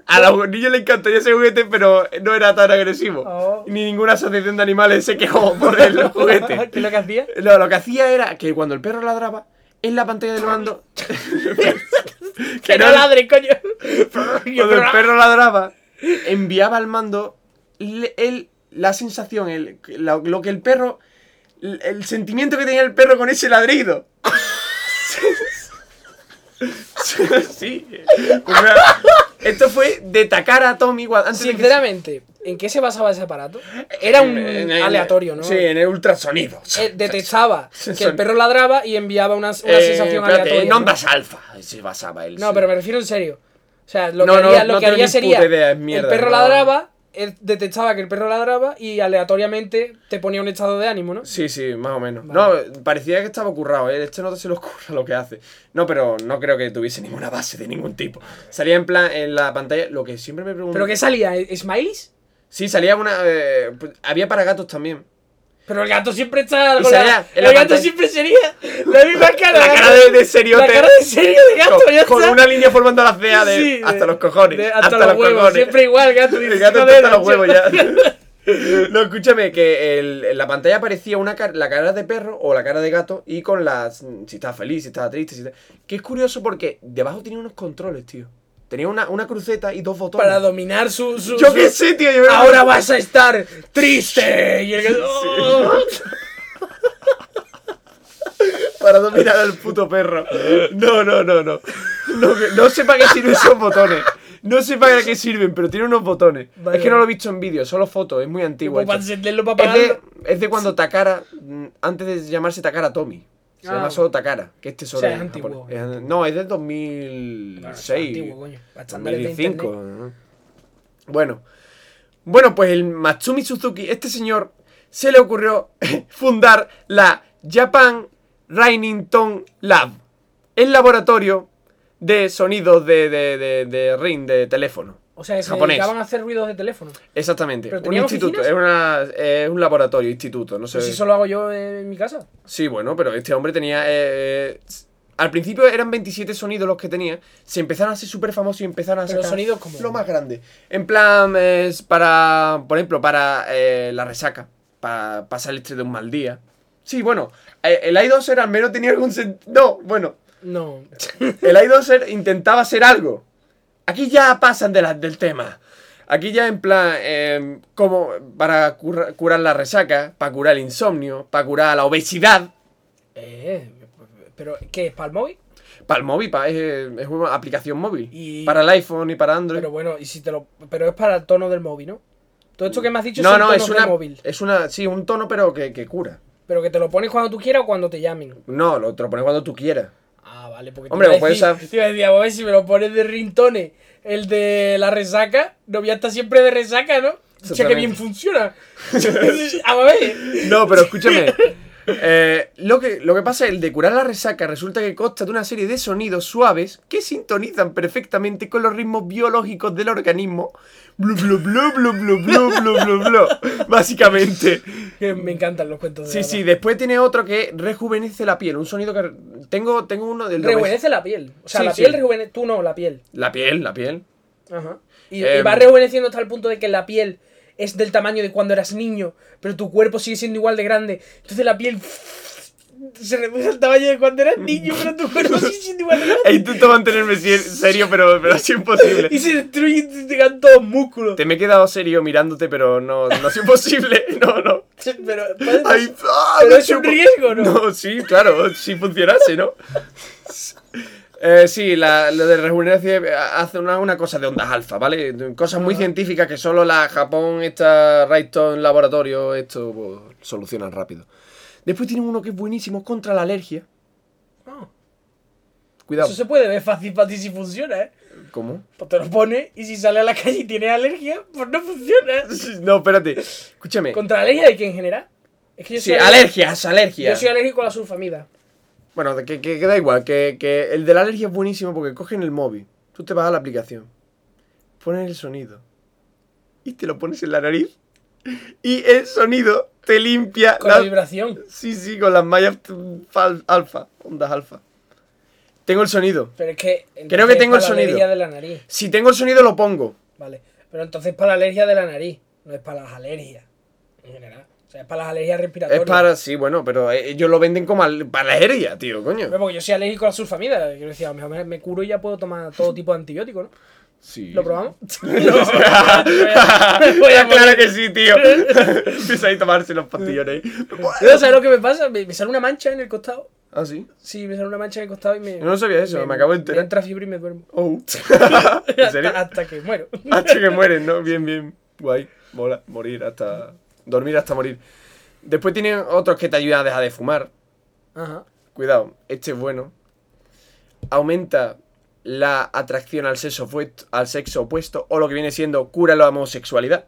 A los niños les encantaría ese juguete, pero no era tan agresivo. Oh. Ni ninguna asociación de animales se quejó por (laughs) el juguete. Ah, ¿Qué es lo que hacía? No, lo que hacía era que cuando el perro ladraba, en la pantalla del (laughs) mando. Que no ladre, coño. (laughs) Que (laughs) Cuando el perro- perro ladraba, enviaba al mando le- el- la sensación, el, la- lo que el perro. El, el sentimiento que tenía el perro con ese ladrido. (laughs) sí. Una- esto fue de Takara Tommy Wa- antes de que- Sinceramente, ¿en qué se basaba ese aparato? Era un En el- aleatorio, ¿no? Sí, en el ultrasonido. Eh, detectaba (laughs) Sí, que el son- perro ladraba y enviaba una, una Eh, sensación espérate, aleatoria. En ¿no? ondas alfa se basaba él. No, sí. pero me refiero en serio. O sea, lo No, que no, haría, lo no que tengo haría ni sería. puta idea, es el mierda, perro no. ladraba, él detectaba que el perro ladraba y aleatoriamente te ponía un estado de ánimo, ¿no? Sí, sí, más o menos. Vale. No, parecía que estaba currado, ¿eh? Este no se lo ocurra lo que hace. No, pero no creo que tuviese ninguna base de ningún tipo. Salía en plan en la pantalla, lo que siempre me pregunto. ¿Pero qué salía? ¿eh, ¿Smileys? Sí, salía una. eh, pues, había para gatos también. Pero el gato siempre está. Y con la- salía en el la gato pantalla. siempre sería la misma cara. La cara de, de seriote. La cara de serio de gato, Con, ya con está. una línea formando la CEA de. Sí, hasta de- los cojones. de- hasta, los, huevos. cojones. Siempre igual, (laughs) gato. El dice, gato "Joder, hasta los macho". huevos ya. No, escúchame, que el- en la pantalla aparecía una car- la cara de perro o la cara de gato y con las. Si estaba feliz, si estaba triste, si estaba- Que es curioso porque debajo tenía unos controles, tío. Tenía una, una cruceta y dos botones. (laughs) Para dominar su. su- Yo su- qué sé, tío. yo- Ahora vas a estar oh, triste. Y el gato. Sí. para dominar al puto perro. No, no, no, no. No, que- no sé para qué sirven esos botones. No sé para qué sirven, pero tiene unos botones. Vale. Es que no lo he visto en vídeo, solo fotos, es muy antiguo. Como para esto. encenderlo, para Es de, apagarlo. es de cuando Takara, mm, antes de llamarse Takara Tommy. Se Ah. llama solo Takara, que este solo O sea, es es antiguo, japonés. Es- no, es del 2006. Claro, es antiguo, coño. Para estándares de 2005. internet. ¿no? Bueno. Bueno, pues el Matsumi Suzuki, este señor, se le ocurrió (laughs) fundar la Japan Rainington Lab, el laboratorio de sonidos de, de, de, de ring, de teléfono. O sea, que se Japonés. dedicaban a hacer ruidos de teléfono. Exactamente, ¿Pero un tenían instituto, es, oficinas? una, es un laboratorio, instituto, no sé. Pero si eso lo hago yo en mi casa. Sí, bueno, pero este hombre tenía. eh, s- al principio eran 27 sonidos los que tenía. Se empezaron a ser súper famosos y empezaron a Pero sacar sonidos como- Lo más grande. En plan, es para. Por ejemplo, para eh, la resaca. Para pasar el estrés este de un mal día. Sí, bueno. eh, El iDoser al menos tenía algún sentido. No, bueno. No. El iDoser intentaba hacer algo. Aquí ya pasan de las del tema. Aquí ya en plan, eh, como para curra- curar la resaca, para curar el insomnio, para curar la obesidad, eh, pero, ¿qué es? ¿Para el móvil? Para el móvil, pa- es, es una aplicación móvil. Y- Para el iPhone y para Android. Pero bueno, y si te lo. Pero es para el tono del móvil, ¿no? Todo esto que me has dicho no, son no, tonos es una, de móvil. es una. Sí, un tono, pero que, que cura. Pero que te lo pones cuando tú quieras o cuando te llamen. No, lo, te lo pones cuando tú (laughs) quieras. Ah, vale, porque Hombre, te iba pues a decir, esa- te iba a decir, a ver, si me lo pones de rintones, el de la resaca, no voy a estar siempre de resaca, ¿no? Che, que Exactamente. (laughs) bien funciona. a ver. No, pero escúchame. eh, lo, que, lo que pasa es el de curar la resaca resulta que consta de una serie de sonidos suaves que sintonizan perfectamente con los ritmos biológicos del organismo. Blu, blu, blu, blu, blu, blu, blu, blu, (laughs) blu. Básicamente. Que me encantan los cuentos de Sí, hadas. sí, después tiene otro que rejuvenece la piel. Un sonido que. re- Tengo, tengo uno del. Rejuvenece la piel. O sea, Sí, la sí. piel rejuvenece. Tú no, la piel. La piel, la piel. Ajá. Y, Em. y va rejuveneciendo hasta el punto de que la piel es del tamaño de cuando eras niño, pero tu cuerpo sigue siendo igual de grande. Entonces la piel se reduce al tamaño de cuando eras niño, pero tu cuerpo sigue siendo igual de (laughs) He grande. intentado mantenerme sie- serio, pero, pero es imposible. Y se destruye y te llegan todos músculos. Te me he quedado serio mirándote, pero no, no es imposible. (laughs) No, no. (laughs) Pero, puede pasar. Ay, ah, Pero me es un chupo. riesgo, ¿no? No, sí, claro, si funcionase, ¿no? Eh, sí, la, lo de rejuvenecer hace una, una cosa de ondas alfa, ¿vale? Cosas Ah. muy científicas que solo la Japón, esta Rayton Laboratorio, esto pues, solucionan rápido. Después tienen uno que es buenísimo contra la alergia. Ah. Cuidado. Eso se puede ver fácil para ti si funciona, ¿eh? ¿Cómo? (laughs) Pues te lo pones y si sale a la calle y tienes alergia, pues no funciona. No, espérate. Escúchame. ¿Contra la alergia de quién genera? Es que yo Sí, soy alergias, Yo alergias. soy alérgico a la sulfamida. Bueno, de que, que- que da igual, que, que el de la alergia es buenísimo porque cogen el móvil, tú te vas a la aplicación, pones el sonido y te lo pones en la nariz y el sonido te limpia Con la- la vibración. Sí, sí, con las mallas fal- alfa, ondas alfa. Tengo el sonido. Pero es que. Creo que tengo el entonces es para la sonido. alergia de la nariz. Si tengo el sonido lo pongo. Vale. Pero entonces es para la alergia de la nariz. No es para las alergias. En general. O sea, es para las alergias Es respiratorias. para, sí, bueno, pero eh, ellos lo venden como al- para la alergia, tío, coño. Pero porque yo soy alérgico a la sulfamida. Yo decía, a lo mejor me, me curo y ya puedo tomar todo tipo de antibiótico, ¿no? Sí. (laughs) ¿Lo probamos? (laughs) voy a claro que sí, (laughs) tío. Empieza ahí a tomarse los pastillones. No, ¿sabes lo que me pasa? Me, me sale una mancha en el costado. ¿Ah, sí? Sí, me sale una mancha en el costado y me. Yo no sabía eso, me acabo de enterar. Me entra fiebre y me duermo. (laughs) Oh. ¿En serio? (laughs) Hasta, hasta que muero. Hasta que mueren, ¿no? Bien, bien. Guay. Mola. Morir hasta... Dormir hasta morir. Después tienen otros que te ayudan a dejar de fumar. Ajá. Cuidado, este es bueno. Aumenta la atracción al sexo, opuesto, al sexo opuesto o lo que viene siendo cura la homosexualidad.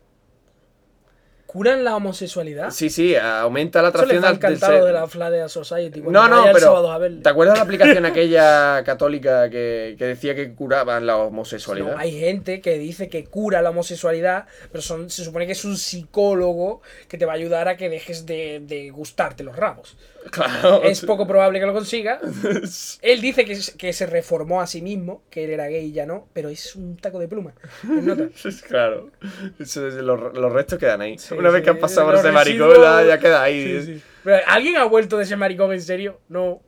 ¿Curan la homosexualidad? Sí, sí, aumenta la Eso les atracción va al del encantado se- de la Fladea Society. cuando No, no, vaya el sábado a pero verle. ¿te acuerdas de la aplicación aquella católica que, que decía que curaban la homosexualidad? No, hay gente que dice que cura la homosexualidad, pero son, se supone que es un psicólogo que te va a ayudar a que dejes de, de gustarte los rabos. (laughs) Claro. Es poco probable que lo consiga. Él dice que, se- que se reformó a sí mismo, que él era gay y ya no, pero es un taco de pluma. En nota. Pues claro, Eso es- los, los restos quedan ahí. Sí, Una vez sí, que has pasado por los ese residuos- maricón, ah, ya- ya queda ahí. Sí, sí. Pero, ¿Alguien ha vuelto de ese maricón en serio? No.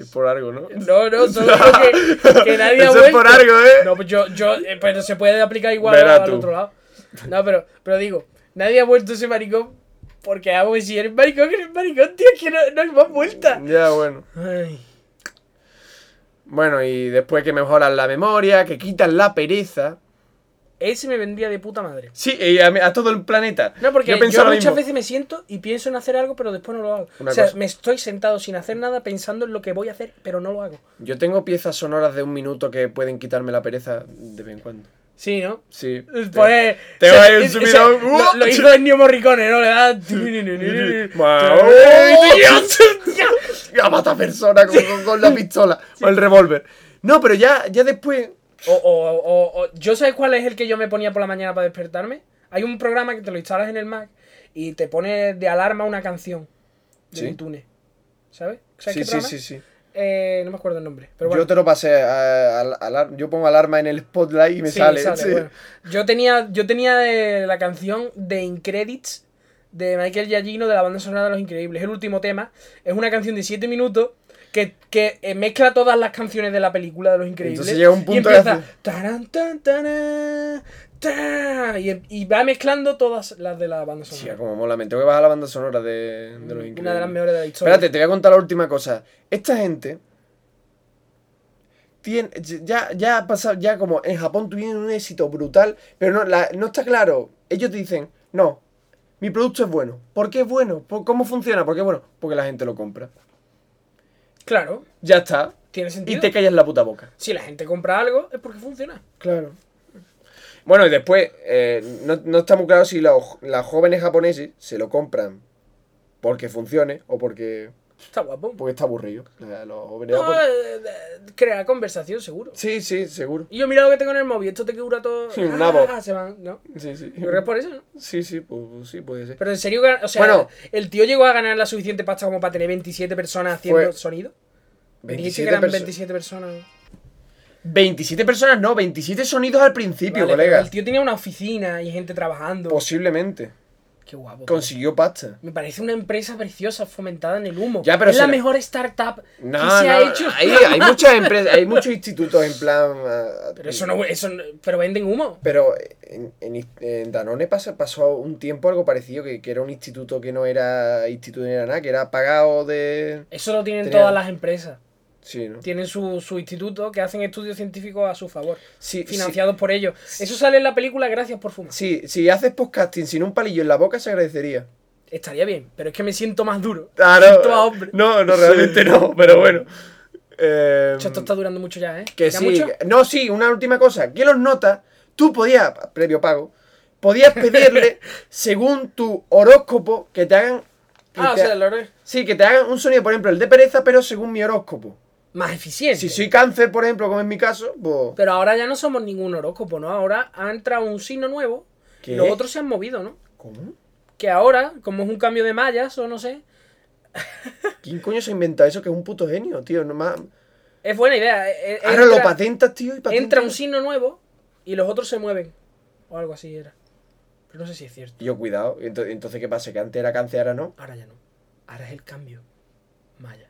Es por algo, ¿no? (laughs) No, no, solo que, que nadie ha Eso vuelto. es por algo, ¿eh? No, pues yo, yo, eh, pero se puede aplicar igual Verá al tú. otro lado. No, pero, pero digo, nadie ha vuelto ese maricón Porque hago que si eres maricón, eres maricón, tío, que no, no hay más vuelta. Ya, bueno. Ay. Bueno, y después que mejoran la memoria, que quitan la pereza. Ese me vendría de puta madre. Sí, y a, mí- a todo el planeta. No, porque yo, pensaba lo muchas mismo. veces me siento y pienso en hacer algo, pero después no lo hago. Una o sea, cosa. me estoy sentado sin hacer nada pensando en lo que voy a hacer, pero no lo hago. Yo tengo piezas sonoras de un minuto que pueden quitarme la pereza de vez en cuando. Sí, ¿no? Sí. Pues, Te o sea, va a ir Uh. un es- o sea, subidón. lo, lo hizo Ennio Morricone, ¿no? Le da. (laughs) ¡Oh, Dios. (laughs) a matar personas con, con- con la pistola o el revólver. No, pero ya, ya después. O, o, o, o- ¿Yo sabes cuál es el que yo me ponía por la mañana para despertarme? Hay un programa que te lo instalas en el Mac y te pone de alarma una canción de Sí. iTunes. ¿Sabes? ¿Sabes Sí, qué sí, programa? sí, sí. Eh, no me acuerdo el nombre. Pero bueno. Yo te lo pasé a- al- alar- Yo pongo alarma en el spotlight y me Sí, sale. sale, sí. bueno. Yo tenía, yo tenía eh, la canción de Incredits de Michael Giacchino de la banda sonora de Los Increíbles. El último tema es una canción de 7 minutos que, que, eh, mezcla todas las canciones de la película de Los Increíbles. Entonces llega un punto y que empieza, hace- tarán, tan, tarán, tarán, y, em, y va mezclando todas las de la banda Tía, sonora. como mola. Me tengo que bajar la banda sonora de, de los increíbles. una de las mejores de la historia. Espérate, te voy a contar la última cosa. Esta gente. Tiene, ya, ya ha pasado, ya como en Japón tuvieron un éxito brutal, pero no, la- no está claro. Ellos te dicen, no, mi producto es bueno. ¿Por qué es bueno? ¿Por, ¿Cómo funciona? ¿Por qué es bueno? Porque la gente lo compra. Claro, Ya está. tiene Y sentido. te callas la puta boca. Si la gente compra algo es porque funciona. Claro. Bueno, y después, eh, no, no está muy claro si los, las jóvenes japoneses se lo compran porque funcione o porque, Está guapo. porque está aburrido. Eh, Los jóvenes No, japoneses- eh, eh, crea conversación, seguro. Sí, sí, seguro. Y yo mira lo que tengo en el móvil, esto te dura todo. Sí, un nabo. Ah, se van, ¿no? Sí, sí. Yo creo que es por eso, ¿no? Sí, sí, pues, sí, puede ser. Pero en serio, gan- o sea, Bueno. el tío llegó a ganar la suficiente pasta como para tener 27 personas haciendo Fue- sonido. Me dijiste 27, que eran perso- 27 personas. 27 personas, no, 27 sonidos al principio, Vale, pero colega. Pues, El tío tenía una oficina y gente trabajando. Posiblemente. Qué guapo. Consiguió pasta. Me parece una empresa preciosa fomentada en el humo. Ya, pero es se la la- mejor startup No, que se no, ha hecho. Hay, (laughs) hay muchas empresas, hay muchos institutos en plan. ah, Pero eso no, eso no- pero venden humo. Pero en, en- en Danone pasa, pasó un tiempo algo parecido, que, que era un instituto que no era instituto ni era nada, que era pagado de... Eso lo tienen Tenía- todas las empresas. Sí, ¿no? Tienen su, su instituto que hacen estudios científicos a su favor. Sí, financiados por ellos. Eso sale en la película Gracias por fumar. Sí, si haces podcasting sin un palillo en la boca se agradecería. Estaría bien, pero es que me siento más duro. Ah, Me no, siento más hombre. no, no, realmente no, pero bueno. Eh, Chacho, esto está durando mucho ya, ¿eh? que ¿Queda sí. mucho? que- No, sí, una última cosa. Que los notas, tú podías, previo pago, podías (laughs) pedirle, según tu horóscopo, que te hagan... que Ah, o te- sea, lo haré. Sí, que te hagan un sonido, por ejemplo, el de pereza, pero según mi horóscopo. Más eficiente. Si soy cáncer, por ejemplo, como en mi caso, pues... Pero ahora ya no somos ningún horóscopo, ¿no? Ahora ha entrado un signo nuevo. ¿Qué? Los otros se han movido, ¿no? ¿Cómo? Que ahora, como es un cambio de mallas o no sé, ¿Quién coño se ha inventado eso? Que es un puto genio, tío. No más... es buena idea. E- e- Ahora entra- lo patentas, tío, y patentas. Entra un signo nuevo y los otros se mueven. O algo así era. Pero no sé si es cierto. Yo, cuidado. Ento- Entonces, ¿qué pasa? Que antes era cáncer, ahora no. Ahora ya no. Ahora es el cambio. Maya.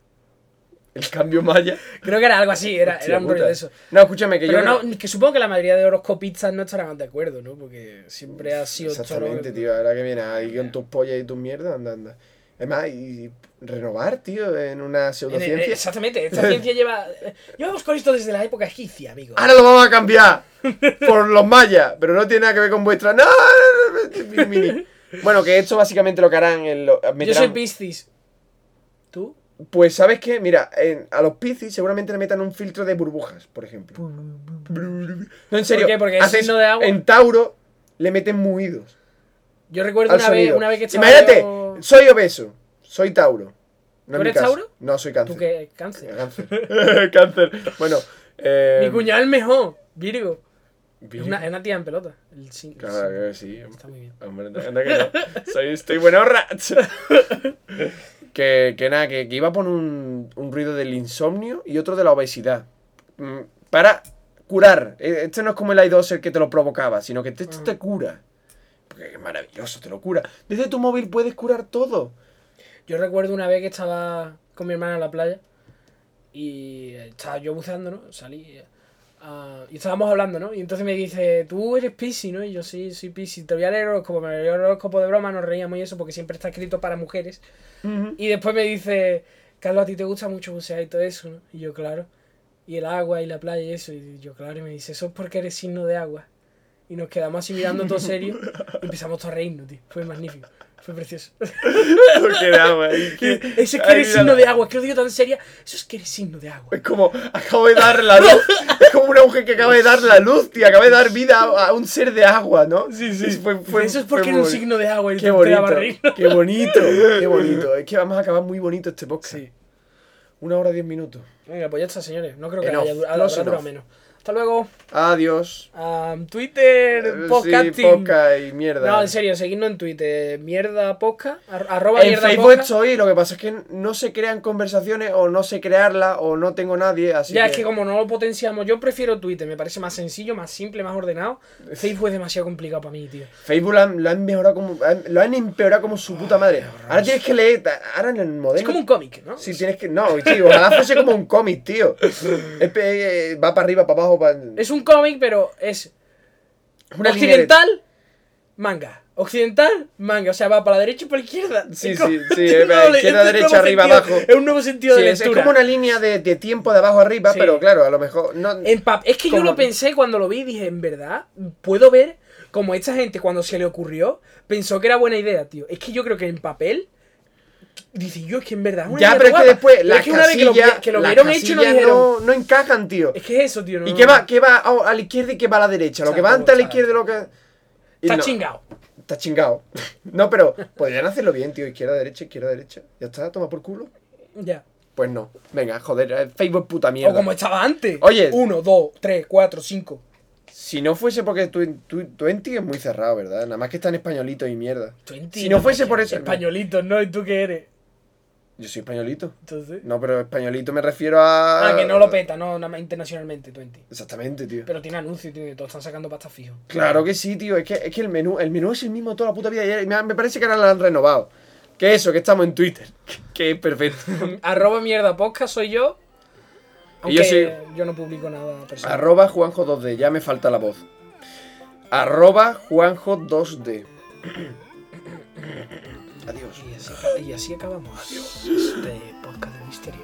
El cambio maya. Creo que era algo así, (laughs) era, Hostia era un rollo puta. de eso. No, escúchame, que Pero yo... no, creo- que supongo que la mayoría de horoscopistas no estarán de acuerdo, ¿no? Porque siempre ha sido Exactamente, choro- tío. Ahora que viene ahí con tus pollas y tus mierdas, anda, anda. Es más, y renovar, tío, en una En- en- pseudociencia. exactamente, esta ciencia lleva. Llevamos con esto desde la época egipcia, amigo. Ahora lo vamos a cambiar por los mayas, pero no tiene nada que ver con vuestra. No, no, no, no, mini, mini. Bueno, que esto básicamente lo que harán. en lo- Yo meterán- soy Piscis. ¿Tú? Pues, ¿sabes qué? Mira, en- a los Piscis seguramente le metan un filtro de burbujas, por ejemplo. No, en serio. qué? Porque es haces- signo de agua. En Tauro le meten muidos. Yo recuerdo al una vez, sonido. una vez que estaba. Imagínate, yo- soy obeso, soy Tauro. No es ¿Tú mi eres caso. Tauro? No, soy cáncer. ¿Tú qué? Cáncer. Cáncer. (laughs) Cáncer. Bueno, eh. Mi cuñado es el mejor, Virgo. Es Virgo. una, es una tía en pelota. El sin- el Claro sin- que sí. Está muy bien. Hombre, anda que no. Soy, estoy buena borracha. que, que nada, que, que iba a poner un, un ruido del insomnio y otro de la obesidad. Mm, Para curar. Eh, Este no es como el iDoser que te lo provocaba, sino que este te, Mm. te cura. Porque es maravilloso, te lo cura. Desde tu móvil puedes curar todo. Yo recuerdo una vez que estaba con mi hermana en la playa y estaba yo buceando, ¿no? Salí Ah, y estábamos hablando, ¿no? Y entonces me dice, tú eres Pisi, ¿no? Y yo, sí, soy Pisi. Te voy a leer el horóscopo. Me leí el horóscopo de broma, nos reíamos y eso, porque siempre está escrito para mujeres. Ujú. Y después me dice, Carlos, a ti te gusta mucho bucear y todo eso, ¿no? Y yo, claro. Y el agua y la playa y eso. Y yo, claro. Y me dice, eso es porque eres signo de agua. Y nos quedamos así mirando todo serio. Y empezamos todos a reírnos, tío. Fue magnífico. Fue precioso. (laughs) Lo que da, güey. (laughs) Eso es que Ay, eres mira, signo de agua. Es que lo digo tan seria. Eso es que eres signo de agua. Es como, acabo de dar la luz. Es como una mujer que acaba de dar la luz, tío. Acaba de dar vida a a un ser de agua, ¿no? Sí, sí. eso es porque eres un signo de agua. Y Qué te bonito, empezaba a reír. qué bonito, (laughs) qué bonito. Es que vamos a acabar muy bonito este podcast. Sí. Una hora diez minutos. (laughs) Venga, pues ya está, señores. No creo que Enough. haya durado, Close habrá durado enough. menos. Hasta luego. Adiós. Am, Eh, Twitter, podcasting. Sí, podcast y mierda. No, en serio, seguidnos en Twitter. Mierda posca. ar- arroba En mierda Facebook posca. estoy, lo que pasa es que no se crean conversaciones o no sé crearla o no tengo nadie, así Ya, es que como no lo potenciamos, yo prefiero Twitter. Me parece más sencillo, más simple, (laughs) más ordenado. Facebook es demasiado complicado para mí, tío. Facebook lo han, lo han mejorado como, han- lo han empeorado como su puta madre. Ahora tienes que leer, ta- ahora en el modelo. Es como un cómic, ¿no? Sí, tienes que. No, tío, ojalá fuese como un cómic, (laughs) tío. Es pe- eh, va para arriba, para abajo, para. Es un cómic, pero es una línea de- occidental, manga. Occidental, manga. O sea, va para la derecha y para la izquierda. Sí, Es como- sí, sí, (laughs) es es un para doble- izquierda, es un derecha, nuevo arriba, sentido- abajo. Es un nuevo sentido Sí, de es, es lectura. como una línea de, de tiempo de abajo arriba, Sí. pero claro, a lo mejor. No, En pap- es que yo Como- lo pensé cuando lo vi y dije, en verdad, puedo ver como esta gente cuando se le ocurrió pensó que era buena idea, tío. Es que yo creo que en papel dice yo es que en verdad es una ya, idea pero es que guapa". después. Pero Las es que una vez que lo, casillas- que lo las vieron hecho y lo casillas dijeron, no, no encajan, tío. es que es eso, tío. no- ¿Y qué va, qué va a, a la izquierda y qué va a la derecha? Lo que va antes Exacto, a la exacto. izquierda y lo que. y está no, chingado. Está chingado. (laughs) No, pero podrían hacerlo bien, tío. Izquierda, derecha, izquierda, derecha. Ya está, toma por culo. Ya. Pues no. Venga, joder, eh, Facebook es puta mierda. O como estaba antes. Oye. Uno, dos, tres, cuatro, cinco. Si no fuese porque tu, tu, Twenty es muy cerrado, ¿verdad? Nada más que están españolitos y mierda. 20, Si no fuese por eso- Españolitos, ¿no? ¿Y tú qué eres? Yo soy españolito. Entonces. No, eh. pero españolito me refiero a. Ah, que no lo peta, no, nada más internacionalmente, 20. Exactamente, tío. Pero tiene anuncios, tiene todo, están sacando pasta fijo. Claro que sí, tío. Es que, es que el menú el menú es el mismo toda la puta vida. Y me, me parece que ahora lo han renovado. Que eso, que estamos en Twitter. (laughs) Que es perfecto. (laughs) Arroba mierda podcast soy yo. Y Aunque yo yo, soy- no publico nada personal. Arroba Juanjo 2D. Ya me falta la voz. Arroba Juanjo 2D. (clears throat) Adiós. Y, así, aca- y así acabamos este podcast (laughs) de misterio.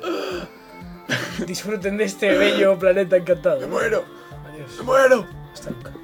Disfruten de este bello planeta encantado. muero, Adiós. muero. Hasta nunca.